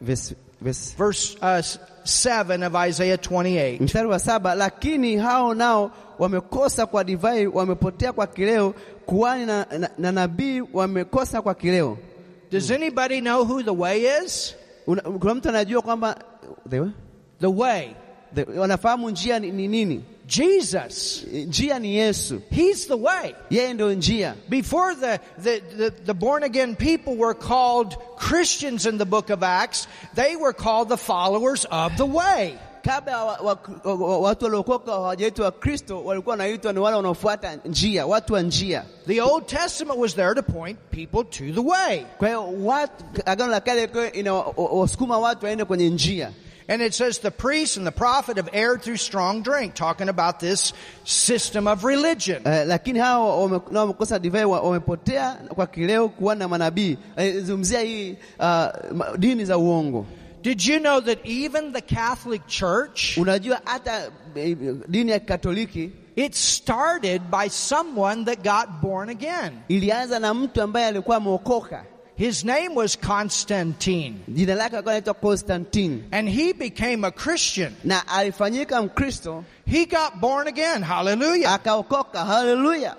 Speaker 2: verse, verse.
Speaker 1: verse uh, 7 of Isaiah 28.
Speaker 2: mstari wa saba, lakini hao nao wamekosa kwa divai, wamepotea kwa kileo, kuhani na, na, na nabii wamekosa kwa kileo.
Speaker 1: Does anybody know who the way is?
Speaker 2: Una, kuna mtu anajua kwamba the,
Speaker 1: The way.
Speaker 2: the, wanafahamu njia ni, ni nini?
Speaker 1: Jesus.
Speaker 2: Njia ni Yesu,
Speaker 1: He's the way.
Speaker 2: yeye ndio njia.
Speaker 1: Before the, the, the, the born again people were called Christians in the book of Acts, they were called the followers of the way.
Speaker 2: Kabla wa, wa, wa, wa, watu waliokoka hawajaitwa Wakristo, walikuwa wanaitwa ni wale wanaofuata njia, watu wa njia.
Speaker 1: The Old Testament was there to point people to the way.
Speaker 2: Kwa hiyo watu, agano la kale ilikuwa inawasukuma watu waende kwenye njia,
Speaker 1: And it says the priests and the prophet have erred through strong drink, talking about this system of religion.
Speaker 2: eh, lakini hao wame- nao wamekosa divai, wa- wamepotea kwa kileo kuwa na manabii. Eh, zungumzia hii uh, ma- dini za uongo.
Speaker 1: Did you know that even the Catholic Church
Speaker 2: Unajua hata eh, dini ya Kikatoliki
Speaker 1: It started by someone that got born again.
Speaker 2: ilianza na mtu ambaye alikuwa ameokoka,
Speaker 1: His name was Constantine,
Speaker 2: jina lake alikuwa anaitwa Constantine
Speaker 1: and he became a Christian.
Speaker 2: na alifanyika Mkristo
Speaker 1: He got born again. Hallelujah.
Speaker 2: akaokoka. Haleluya!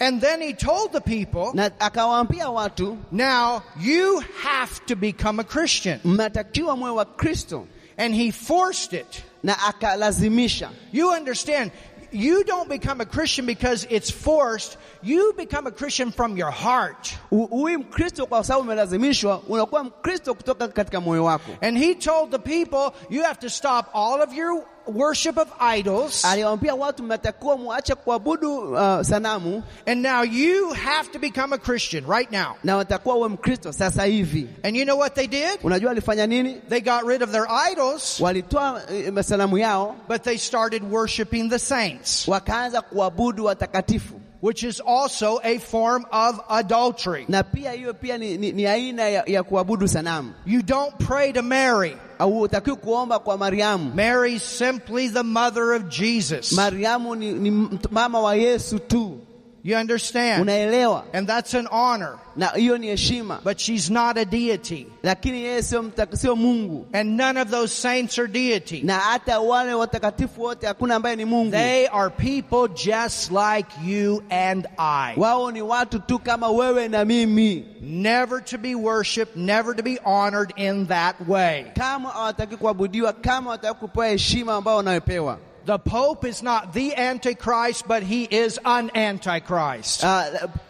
Speaker 1: And then he told the people,
Speaker 2: na akawaambia watu
Speaker 1: now you have to become a Christian.
Speaker 2: mnatakiwa mwe wa Kristo,
Speaker 1: And he forced it.
Speaker 2: na akalazimisha.
Speaker 1: You understand, you don't become a Christian because it's forced. You become a Christian from your heart.
Speaker 2: U- Huwi Mkristo kwa sababu umelazimishwa, unakuwa Mkristo kutoka katika moyo wako.
Speaker 1: And he told the people, you have to stop all of your worship of idols,
Speaker 2: aliwaambia watu mnatakiwa muache kuabudu uh, sanamu
Speaker 1: and now you have to become a Christian right now.
Speaker 2: na watakuwa uwe mkristo sasa hivi
Speaker 1: And you know what they did?
Speaker 2: unajua walifanya nini
Speaker 1: They got rid of their idols,
Speaker 2: walitoa eh, masanamu yao
Speaker 1: but they started worshiping the saints,
Speaker 2: wakaanza kuabudu watakatifu
Speaker 1: which is also a form of adultery.
Speaker 2: na pia hiyo pia ni, ni, ni aina ya, ya kuabudu sanamu
Speaker 1: You don't pray to Mary.
Speaker 2: au utakiwi kuomba kwa mariamu
Speaker 1: Mary's simply the mother of Jesus.
Speaker 2: mariamu ni, ni mt- mama wa yesu tu
Speaker 1: You understand?
Speaker 2: unaelewa
Speaker 1: And that's an honor,
Speaker 2: na hiyo ni heshima
Speaker 1: but she's not a deity.
Speaker 2: lakini yeye sio mta- sio mungu
Speaker 1: And none of those saints are deity.
Speaker 2: na hata wale watakatifu wote hakuna ambaye ni mungu
Speaker 1: They are people just like you and I.
Speaker 2: wao ni watu tu kama wewe na mimi
Speaker 1: Never to be worshiped, never to be honored in that way.
Speaker 2: kama hawataki kuabudiwa kama hawataki kupewa heshima ambao wanayopewa
Speaker 1: The Pope is not the Antichrist, but he is an Antichrist.
Speaker 2: uh,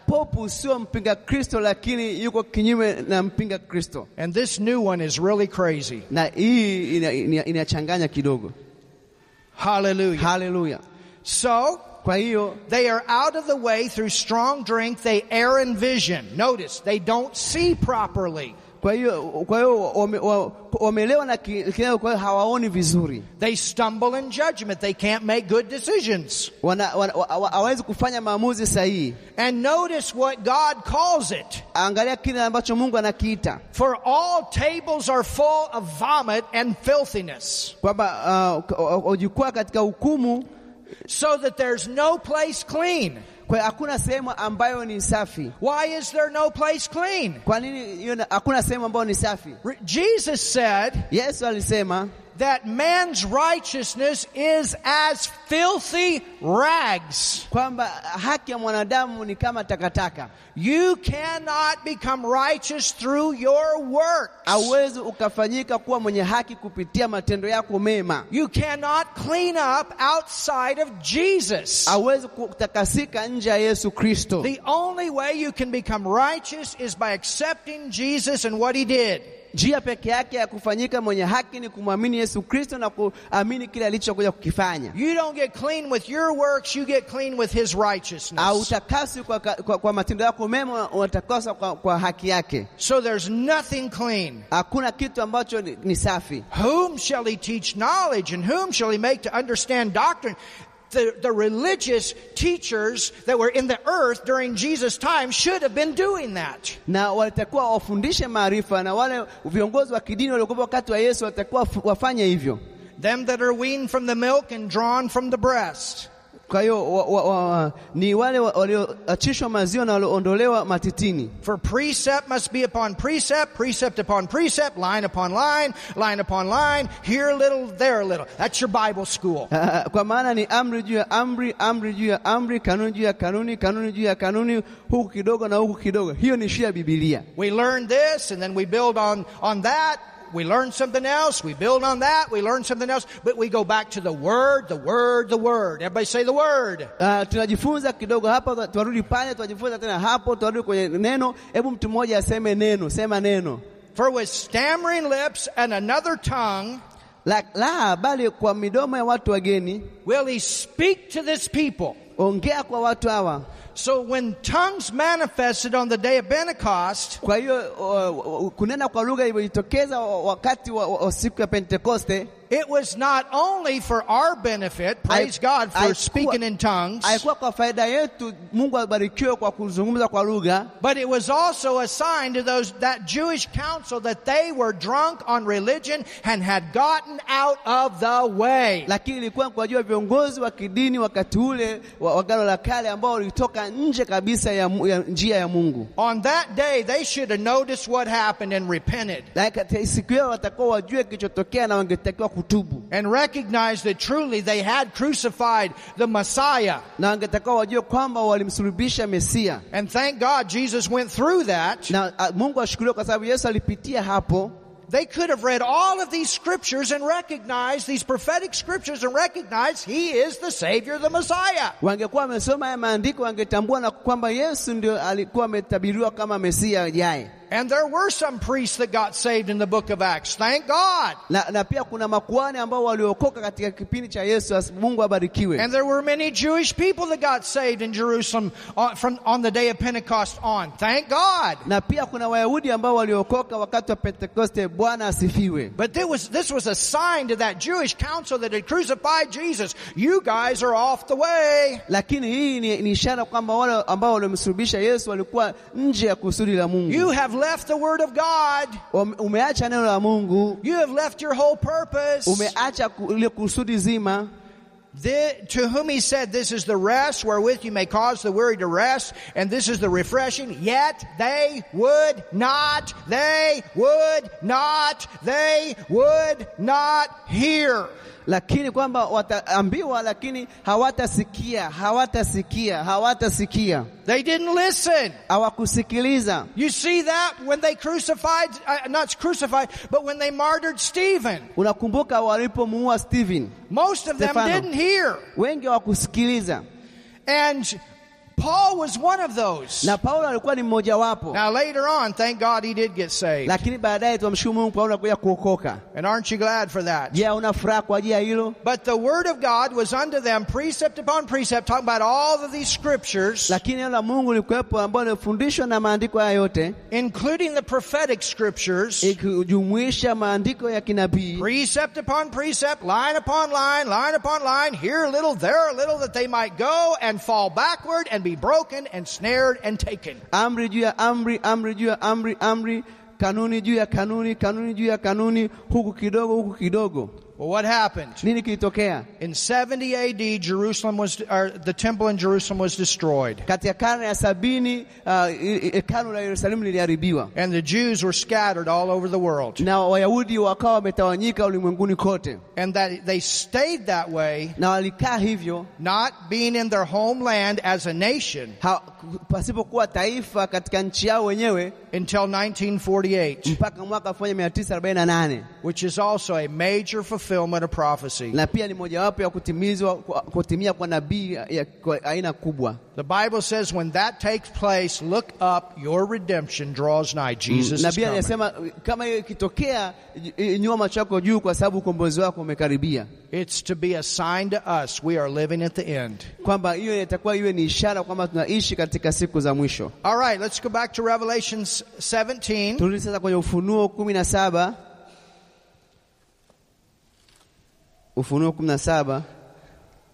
Speaker 2: popu sio mpinga kristo lakini yuko kinyume na mpinga kristo
Speaker 1: And this new one is really crazy.
Speaker 2: na hii ina- ina- inachanganya kidogo
Speaker 1: Hallelujah.
Speaker 2: haleluya
Speaker 1: So,
Speaker 2: kwa hiyo
Speaker 1: They are out of the way through strong drink. They err in vision. Notice, they don't see properly.
Speaker 2: kwa hiyo kwa hiyo wame- wa- wamelewa na ki- kileo kwa hiyo hawaoni vizuri
Speaker 1: They stumble in judgment. They can't make good decisions.
Speaker 2: Wana- wana- wa- wa- hawawezi kufanya maamuzi sahihi
Speaker 1: And notice what God calls it.
Speaker 2: angalia kile ambacho mungu anakiita
Speaker 1: For all tables are full of vomit and filthiness,
Speaker 2: kwamba uh, ujikwaa katika hukumu
Speaker 1: so that there's no place clean.
Speaker 2: kwa hiyo hakuna sehemu ambayo ni safi
Speaker 1: Why is there no place clean?
Speaker 2: kwa nini hiyo na- hakuna sehemu ambayo ni safi
Speaker 1: Re- Jesus said
Speaker 2: yesu alisema
Speaker 1: that man's righteousness is as filthy rags.
Speaker 2: kwamba haki ya mwanadamu ni kama takataka
Speaker 1: You cannot become righteous through your works.
Speaker 2: hauwezi ukafanyika kuwa mwenye haki kupitia matendo yako mema
Speaker 1: You cannot clean up outside of Jesus.
Speaker 2: hauwezi kutakasika nje ya yesu kristo
Speaker 1: The only way you can become righteous is by accepting Jesus and what he did.
Speaker 2: njia peke yake ya kufanyika mwenye haki ni kumwamini yesu kristo na kuamini kile alichokuja kukifanya
Speaker 1: You don't get clean with your works, you get clean with his righteousness.
Speaker 2: hautakaswi kwa, kwa, kwa matendo yako mema unatakaswa kwa, kwa haki yake
Speaker 1: So there's nothing clean.
Speaker 2: hakuna kitu ambacho ni, ni safi
Speaker 1: Whom shall he teach knowledge and whom shall he make to understand doctrine? The, the religious teachers that were in the earth during Jesus' time should have been doing that.
Speaker 2: na walitakiwa wafundishe maarifa na wale viongozi wa kidini waliokuwa wakati wa yesu walitakiwa wafu- wafanye hivyo
Speaker 1: them that are weaned from the milk and drawn from the breast.
Speaker 2: kwa hiyo wa, wa, wa, ni wale wa- walioachishwa maziwa na walioondolewa matitini
Speaker 1: For precept must be upon precept, precept upon precept, line upon line, line upon line, here a little, there a little. That's your Bible school.
Speaker 2: Ah, kwa maana ni amri juu ya amri amri juu ya amri kanuni juu ya kanuni kanuni juu ya kanuni huku kidogo na huku kidogo hiyo ni shia ya bibilia
Speaker 1: We learn this and then we build on, on that. We learn something else. We build on that. We learn something else. But we go back to the Word, the Word, the Word. Everybody say the Word.
Speaker 2: Uh, tunajifunza kidogo hapa, tuarudi pale, tunajifunza tena hapo, tuarudi kwenye neno. Hebu mtu mmoja aseme neno, sema neno
Speaker 1: For with stammering lips and another tongue
Speaker 2: la, la bali kwa midomo ya watu wageni,
Speaker 1: will he speak to this people.
Speaker 2: ongea kwa watu hawa.
Speaker 1: So when tongues manifested on the day of Pentecost,
Speaker 2: Kwa hiyo uh, uh, kunena kwa lugha ilivyojitokeza wa- wakati wa, wa, wa siku ya Pentekoste
Speaker 1: it was not only for our benefit, praise
Speaker 2: hai-
Speaker 1: God for
Speaker 2: haikuwa-
Speaker 1: speaking in tongues,
Speaker 2: haikuwa kwa faida yetu. Mungu abarikiwe kwa kuzungumza kwa lugha,
Speaker 1: but it was also a sign to those that Jewish council that they were drunk on religion and had gotten out of the way.
Speaker 2: lakini ilikuwa kwa ajili ya viongozi wa kidini wakati ule wa, wa Agano la Kale ambao walitoka nje kabisa ya, mu- ya njia ya Mungu.
Speaker 1: On that day, they should have noticed what happened and repented
Speaker 2: Na katika siku hiyo watakuwa wajue kilichotokea na wangetakiwa kutubu
Speaker 1: and recognized that truly they had crucified the Messiah.
Speaker 2: na wangetakiwa wajue kwamba walimsulubisha Mesia
Speaker 1: And thank God Jesus went through that.
Speaker 2: na a, Mungu ashukuriwe kwa sababu Yesu alipitia hapo.
Speaker 1: They could have read all of these scriptures and recognized these prophetic scriptures and recognized he is the Savior, the Messiah.
Speaker 2: Wangekuwa wamesoma haya maandiko, wangetambua na kwamba Yesu ndio alikuwa ametabiriwa kama Mesia ajaye,
Speaker 1: And there were some priests that got saved in the book of Acts. Thank God.
Speaker 2: na, na pia kuna makuhani ambao waliokoka katika kipindi cha Yesu. as- Mungu abarikiwe.
Speaker 1: And there were many Jewish people that got saved in Jerusalem on, from on the day of Pentecost on. Thank God.
Speaker 2: Na pia kuna Wayahudi ambao waliokoka wakati wa Pentekoste. Bwana asifiwe.
Speaker 1: But there was, this was a sign to that Jewish council that had crucified Jesus. You guys are off the way.
Speaker 2: Lakini hii ni, ni ishara kwamba wale ambao waliomsulubisha Yesu walikuwa nje ya kusudi la
Speaker 1: You
Speaker 2: Mungu.
Speaker 1: have left the word of God.
Speaker 2: Wame- Umeacha neno la Mungu,
Speaker 1: You have left your whole purpose.
Speaker 2: umeacha ku- ile kusudi zima.
Speaker 1: The- to whom he said, This is the rest wherewith you may cause the weary to rest, and this is the refreshing. Yet they would not, they would not, they would not hear.
Speaker 2: lakini kwamba wataambiwa, lakini hawatasikia, hawatasikia, hawatasikia,
Speaker 1: They didn't listen.
Speaker 2: hawakusikiliza.
Speaker 1: You see that when they crucified, uh, not crucified, but when they martyred Stephen.
Speaker 2: Unakumbuka walipomuua Stephen,
Speaker 1: Most of them
Speaker 2: Stefano.
Speaker 1: didn't hear.
Speaker 2: wengi hawakusikiliza,
Speaker 1: And Paul was one of those.
Speaker 2: na Paulo alikuwa ni mmojawapo.
Speaker 1: Now later on, thank God he did get saved.
Speaker 2: Lakini baadaye tunamshukuru Mungu, Paulo alikuja kuokoka.
Speaker 1: And aren't you glad for that?
Speaker 2: Je, una furaha kwa ajili ya hilo?
Speaker 1: But the word of God was unto them precept upon precept, talking about all of these scriptures,
Speaker 2: Lakini neno la Mungu likuwepo, ambalo lilifundishwa na maandiko haya yote,
Speaker 1: including the prophetic scriptures,
Speaker 2: ikijumuisha maandiko ya kinabii,
Speaker 1: precept upon precept, line upon line, line upon line, here a little, there a little, that they might go and fall backward and be broken and snared and taken.
Speaker 2: amri juu ya amri, amri juu ya amri, amri kanuni juu ya kanuni, kanuni juu ya kanuni, huku kidogo, huku kidogo.
Speaker 1: Well, what happened?
Speaker 2: Nini kilitokea
Speaker 1: In 70 AD, Jerusalem was, or the temple in Jerusalem was destroyed,
Speaker 2: katika karne ya sabini? ah, i- i- Hekalu la Yerusalemu liliharibiwa
Speaker 1: and the Jews were scattered all over the world.
Speaker 2: na Wayahudi wakawa wametawanyika ulimwenguni kote,
Speaker 1: And that they stayed that way,
Speaker 2: na walikaa hivyo
Speaker 1: not being in their homeland as a nation
Speaker 2: ha, pasipokuwa taifa katika nchi yao wenyewe
Speaker 1: until 1948,
Speaker 2: mpaka mwaka 1948
Speaker 1: which is also a major fulfillment of prophecy.
Speaker 2: na pia ni mojawapo ya kutimizwa kwa- kutimia kwa nabii ya- kwa aina kubwa.
Speaker 1: The Bible says when that takes place, look up, your redemption draws nigh. Jesus is
Speaker 2: Nabii
Speaker 1: coming.
Speaker 2: anasema kama hiyo ikitokea, i- inua macho yako juu, kwa sababu ukombozi wako umekaribia,
Speaker 1: It's to be a sign to us we are living at the end.
Speaker 2: kwamba hiyo itakuwa iwe ni ishara kwamba tunaishi katika siku za mwisho.
Speaker 1: All right, let's go back to Revelation s- 17.
Speaker 2: Turudi sasa kwenye Ufunuo kumi na saba Ufunuo kumi na saba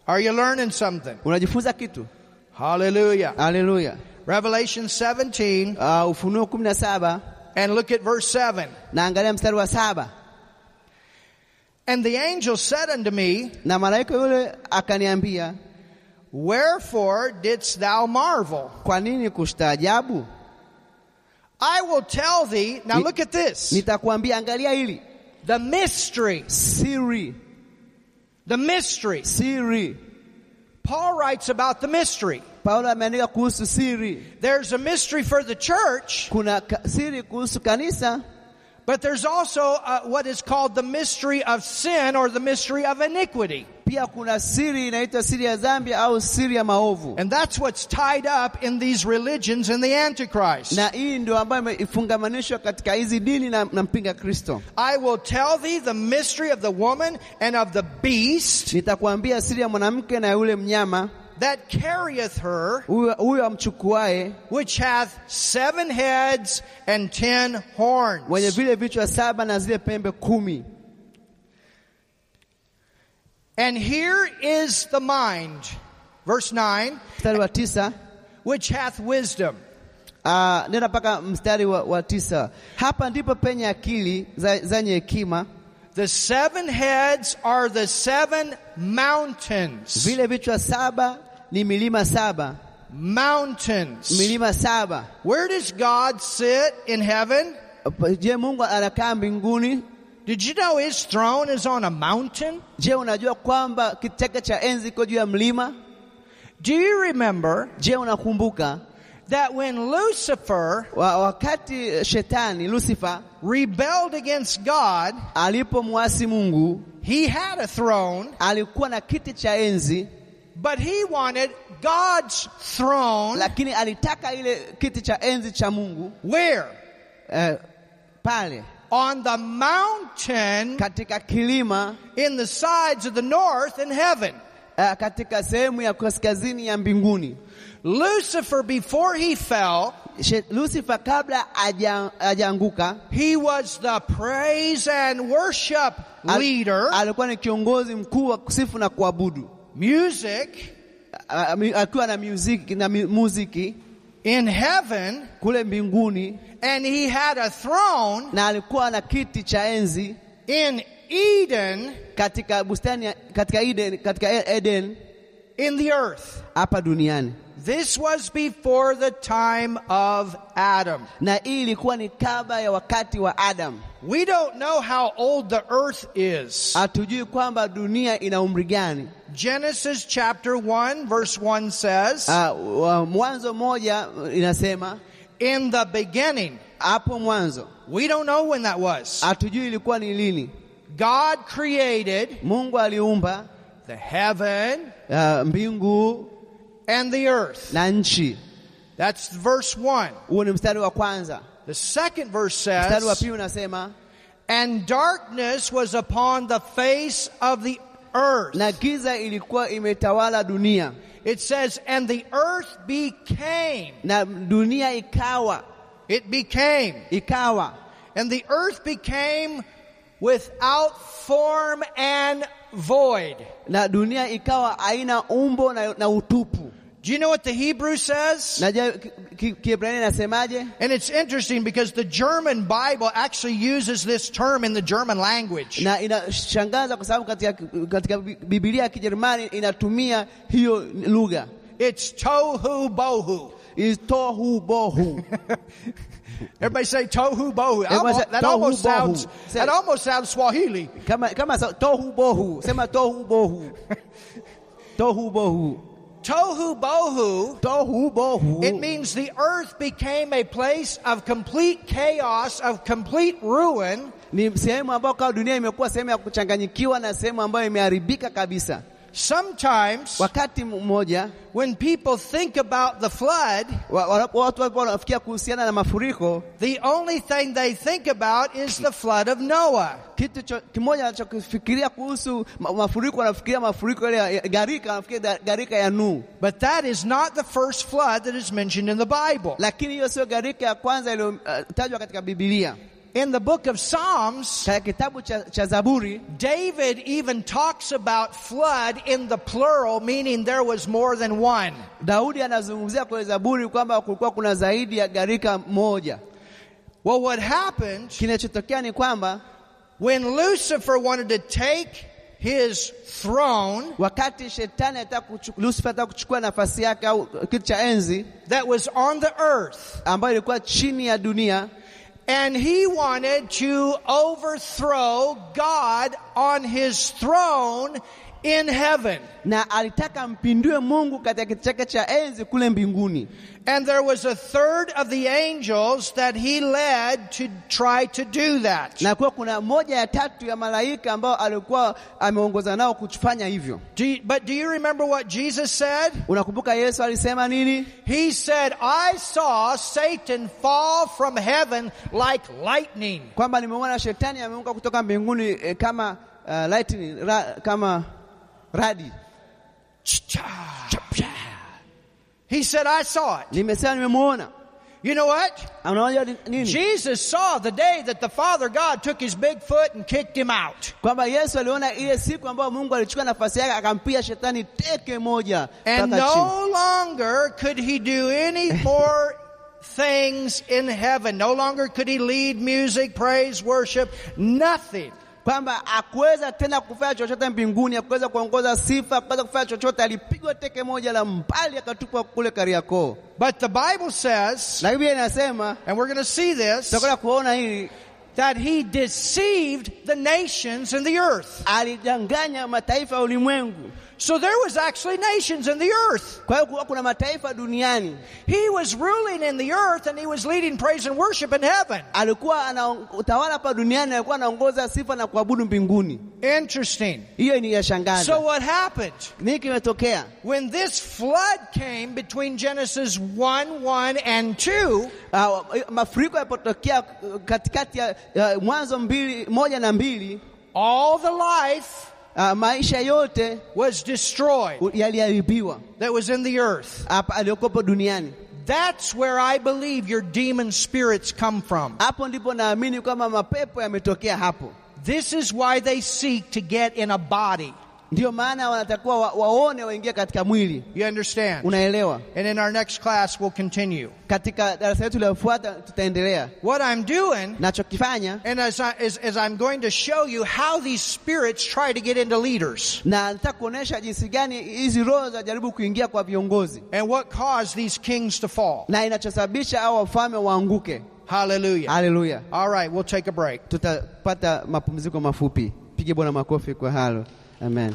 Speaker 1: Are you learning something?
Speaker 2: unajifunza kitu?
Speaker 1: Hallelujah.
Speaker 2: Haleluya!
Speaker 1: Revelation 17
Speaker 2: Uh, Ufunuo kumi na saba
Speaker 1: and look at verse 7.
Speaker 2: na angalia mstari wa saba
Speaker 1: And the angel said unto me,
Speaker 2: na malaika yule akaniambia,
Speaker 1: Wherefore didst thou marvel?
Speaker 2: kwa nini kustaajabu?
Speaker 1: I will tell thee. Now
Speaker 2: Ni-
Speaker 1: look at this.
Speaker 2: Nitakwambia, angalia hili
Speaker 1: The mystery.
Speaker 2: siri,
Speaker 1: The mystery.
Speaker 2: siri
Speaker 1: Paul writes about the mystery.
Speaker 2: Paulo ameandika kuhusu siri.
Speaker 1: There's a mystery for the church,
Speaker 2: Kuna ka, siri kuhusu kanisa,
Speaker 1: but there's also uh, what is called the mystery of sin or the mystery of iniquity.
Speaker 2: pia kuna siri inaitwa siri ya dhambi au siri ya maovu,
Speaker 1: And that's what's tied up in these religions and the Antichrist.
Speaker 2: na hii ndio ambayo imeifungamanishwa katika hizi dini na, na mpinga Kristo.
Speaker 1: I will tell thee the mystery of the woman and of the beast
Speaker 2: Nitakwambia siri ya mwanamke na yule mnyama
Speaker 1: that carrieth her,
Speaker 2: huyo huyo amchukuaye,
Speaker 1: which hath seven heads and ten horns.
Speaker 2: wenye vile vichwa saba na zile pembe kumi.
Speaker 1: And here is the mind, verse 9,
Speaker 2: Mstari wa tisa
Speaker 1: which hath wisdom.
Speaker 2: uh, nenda mpaka mstari wa, wa tisa. Hapa ndipo penye akili za- zenye hekima,
Speaker 1: The seven heads are the seven mountains.
Speaker 2: vile vichwa saba ni milima saba,
Speaker 1: Mountains.
Speaker 2: milima saba
Speaker 1: Where does God sit in heaven?
Speaker 2: Je, Mungu anakaa mbinguni?
Speaker 1: Did you know his throne is on a mountain?
Speaker 2: Je, unajua kwamba kiti chake cha enzi iko juu ya mlima?
Speaker 1: Do you remember
Speaker 2: Je, unakumbuka
Speaker 1: that when Lucifer
Speaker 2: wa, wakati shetani Lucifer
Speaker 1: rebelled against God,
Speaker 2: alipomwasi Mungu
Speaker 1: he had a throne,
Speaker 2: alikuwa na kiti cha enzi,
Speaker 1: but he wanted God's throne.
Speaker 2: lakini alitaka ile kiti cha enzi cha Mungu
Speaker 1: Where?
Speaker 2: eh, pale
Speaker 1: on the mountain
Speaker 2: katika kilima
Speaker 1: in the sides of the north in heaven.
Speaker 2: eh, katika sehemu ya kaskazini ya mbinguni.
Speaker 1: Lucifer, before he fell,
Speaker 2: She- Lucifer kabla haja- hajaanguka
Speaker 1: he was the praise and worship
Speaker 2: al-
Speaker 1: leader.
Speaker 2: alikuwa ni kiongozi mkuu wa kusifu na kuabudu
Speaker 1: Music
Speaker 2: A- ami- akiwa na muziki, na mi- muziki
Speaker 1: in heaven,
Speaker 2: kule mbinguni,
Speaker 1: and he had a throne
Speaker 2: na alikuwa na kiti cha enzi
Speaker 1: in Eden
Speaker 2: katika bustani ya- katika Eden, katika E- Eden
Speaker 1: in the earth.
Speaker 2: hapa duniani,
Speaker 1: This was before the time of Adam.
Speaker 2: na hii ilikuwa ni kabla ya wakati wa Adam.
Speaker 1: We don't know how old the earth is.
Speaker 2: Hatujui kwamba dunia ina umri gani.
Speaker 1: Genesis chapter 1 verse 1 says,
Speaker 2: Ah, wa- Mwanzo moja uh, inasema
Speaker 1: in the beginning.
Speaker 2: hapo mwanzo,
Speaker 1: We don't know when that was.
Speaker 2: hatujui ilikuwa ni lini.
Speaker 1: God created
Speaker 2: Mungu aliumba
Speaker 1: the heaven
Speaker 2: uh, mbingu
Speaker 1: and the earth.
Speaker 2: na nchi.
Speaker 1: That's verse 1.
Speaker 2: Huo ni mstari wa kwanza.
Speaker 1: The second verse
Speaker 2: Mstari wa
Speaker 1: says,
Speaker 2: pili unasema
Speaker 1: and darkness was upon the face of the earth.
Speaker 2: na giza ilikuwa imetawala dunia
Speaker 1: It says, and the earth became.
Speaker 2: na dunia ikawa
Speaker 1: It became.
Speaker 2: ikawa
Speaker 1: And the earth became without form and void.
Speaker 2: na dunia ikawa haina umbo na, na utupu.
Speaker 1: Do you know what the Hebrew says?
Speaker 2: Na je, ki- ki- Kiebrania inasemaje?
Speaker 1: And it's interesting because the German Bible actually uses this term in the German language.
Speaker 2: Na inashangaza kwa sababu katika, katika Biblia ya Kijerumani inatumia hiyo lugha
Speaker 1: It's tohu bohu.
Speaker 2: tohu bohu.
Speaker 1: Everybody say tohu bohu.
Speaker 2: Everybody say
Speaker 1: Almo- that
Speaker 2: tohu
Speaker 1: almost
Speaker 2: bohu.
Speaker 1: sounds
Speaker 2: Say-
Speaker 1: that almost sounds Swahili.
Speaker 2: Kama, kama sa, tohu bohu, sema tohu bohu, tohu bohu,
Speaker 1: Tohu bohu.
Speaker 2: tohu bohu.
Speaker 1: It means the earth became a place of complete chaos, of complete ruin,
Speaker 2: ni sehemu ambayo kwa dunia imekuwa sehemu ya kuchanganyikiwa na sehemu ambayo imeharibika kabisa.
Speaker 1: Sometimes
Speaker 2: Wakati mmoja
Speaker 1: when people think about the flood,
Speaker 2: wa- wa- watu walikuwa wanafikia kuhusiana na mafuriko,
Speaker 1: the only thing they think about is the flood of Noah.
Speaker 2: kitu cho, kimoja cha kufikiria kuhusu ma- mafuriko, wanafikiria mafuriko ile ya- ya gharika, wanafikiria da- gharika ya Nuhu,
Speaker 1: But that is not the first flood that is mentioned in the Bible.
Speaker 2: lakini hiyo sio gharika ya kwanza iliyotajwa katika Biblia.
Speaker 1: In the book of Psalms,
Speaker 2: Katika kitabu cha, cha Zaburi
Speaker 1: David even talks about flood in the plural, meaning there was more than one.
Speaker 2: Daudi anazungumzia kwenye Zaburi kwamba kulikuwa kuna zaidi ya gharika moja.
Speaker 1: Well, what happened
Speaker 2: Kinachotokea ni kwamba
Speaker 1: when Lucifer wanted to take his throne
Speaker 2: wakati shetani anataka kuchu- Lucifer anataka kuchukua nafasi yake au kiti cha enzi
Speaker 1: that was on the earth,
Speaker 2: ambayo ilikuwa chini ya dunia
Speaker 1: and he wanted to overthrow God on his throne in heaven.
Speaker 2: na alitaka mpindue Mungu katika kiti chake cha enzi kule mbinguni,
Speaker 1: And there was a third of the angels that he led to try to do that.
Speaker 2: na kuwa kuna moja ya tatu ya malaika ambao alikuwa ameongoza nao kufanya hivyo.
Speaker 1: Do you- but do you remember what Jesus said?
Speaker 2: Unakumbuka Yesu alisema nini?
Speaker 1: He said, I saw Satan fall from heaven like lightning.
Speaker 2: Kwamba nimeona shetani ameunga kutoka mbinguni eh, kama uh, lightning, ra, kama radi.
Speaker 1: He said, I saw it.
Speaker 2: Nimesema nimemuona.
Speaker 1: You know what?
Speaker 2: Unaona ni- nini?
Speaker 1: Jesus saw the day that the Father God took his big foot and kicked him out.
Speaker 2: Kwamba Yesu aliona ile siku ambayo Mungu alichukua nafasi yake akampiga shetani teke moja
Speaker 1: And
Speaker 2: mpaka chini.
Speaker 1: no longer could he do any more things in heaven. No longer could he lead music, praise, worship, nothing.
Speaker 2: kwamba hakuweza tena kufanya chochote mbinguni, hakuweza kuongoza sifa, hakuweza kufanya chochote. Alipigwa teke moja la mbali, akatupwa kule Kariakoo.
Speaker 1: But the Bible says,
Speaker 2: Na Biblia inasema,
Speaker 1: and we're going to see this,
Speaker 2: tutakwenda kuona hili,
Speaker 1: that he deceived the nations and the earth.
Speaker 2: alidanganya mataifa ya ulimwengu.
Speaker 1: So there was actually nations in the earth.
Speaker 2: Kwa hiyo kulikuwa kuna mataifa duniani,
Speaker 1: He was ruling in the earth and he was leading praise and worship in heaven.
Speaker 2: alikuwa anatawala hapa duniani, alikuwa anaongoza sifa na kuabudu mbinguni.
Speaker 1: Interesting.
Speaker 2: Hiyo ni yashangaza.
Speaker 1: So what happened?
Speaker 2: nini kimetokea
Speaker 1: When this flood came between Genesis 1 1 and 2,
Speaker 2: Ah, mafuriko yalipotokea uh, katikati ya ya Mwanzo mbili moja na mbili
Speaker 1: all the life
Speaker 2: ah, maisha yote
Speaker 1: was destroyed
Speaker 2: u- yaliharibiwa
Speaker 1: that was in the earth.
Speaker 2: hapa aliyokopo duniani.
Speaker 1: That's where I believe your demon spirits come from.
Speaker 2: Hapo ndipo naamini kwamba mapepo yametokea hapo,
Speaker 1: This is why they seek to get in a body.
Speaker 2: ndio maana wanatakiwa wa, waone waingie katika mwili.
Speaker 1: You understand?
Speaker 2: Unaelewa?
Speaker 1: And in our next class, we'll continue.
Speaker 2: Katika darasa letu linalofuata tutaendelea
Speaker 1: What I'm doing,
Speaker 2: nachokifanya,
Speaker 1: and as, I, as, as I'm going to show you how these spirits try to get into leaders
Speaker 2: na nataka kuonesha jinsi gani hizi roho zinajaribu kuingia kwa viongozi
Speaker 1: and what caused these kings to fall.
Speaker 2: na inachosababisha hao wafalme waanguke.
Speaker 1: Hallelujah.
Speaker 2: Haleluya!
Speaker 1: All right, we'll take a break.
Speaker 2: tutapata mapumziko mafupi. Pige Bwana makofi kwa halo. Amen.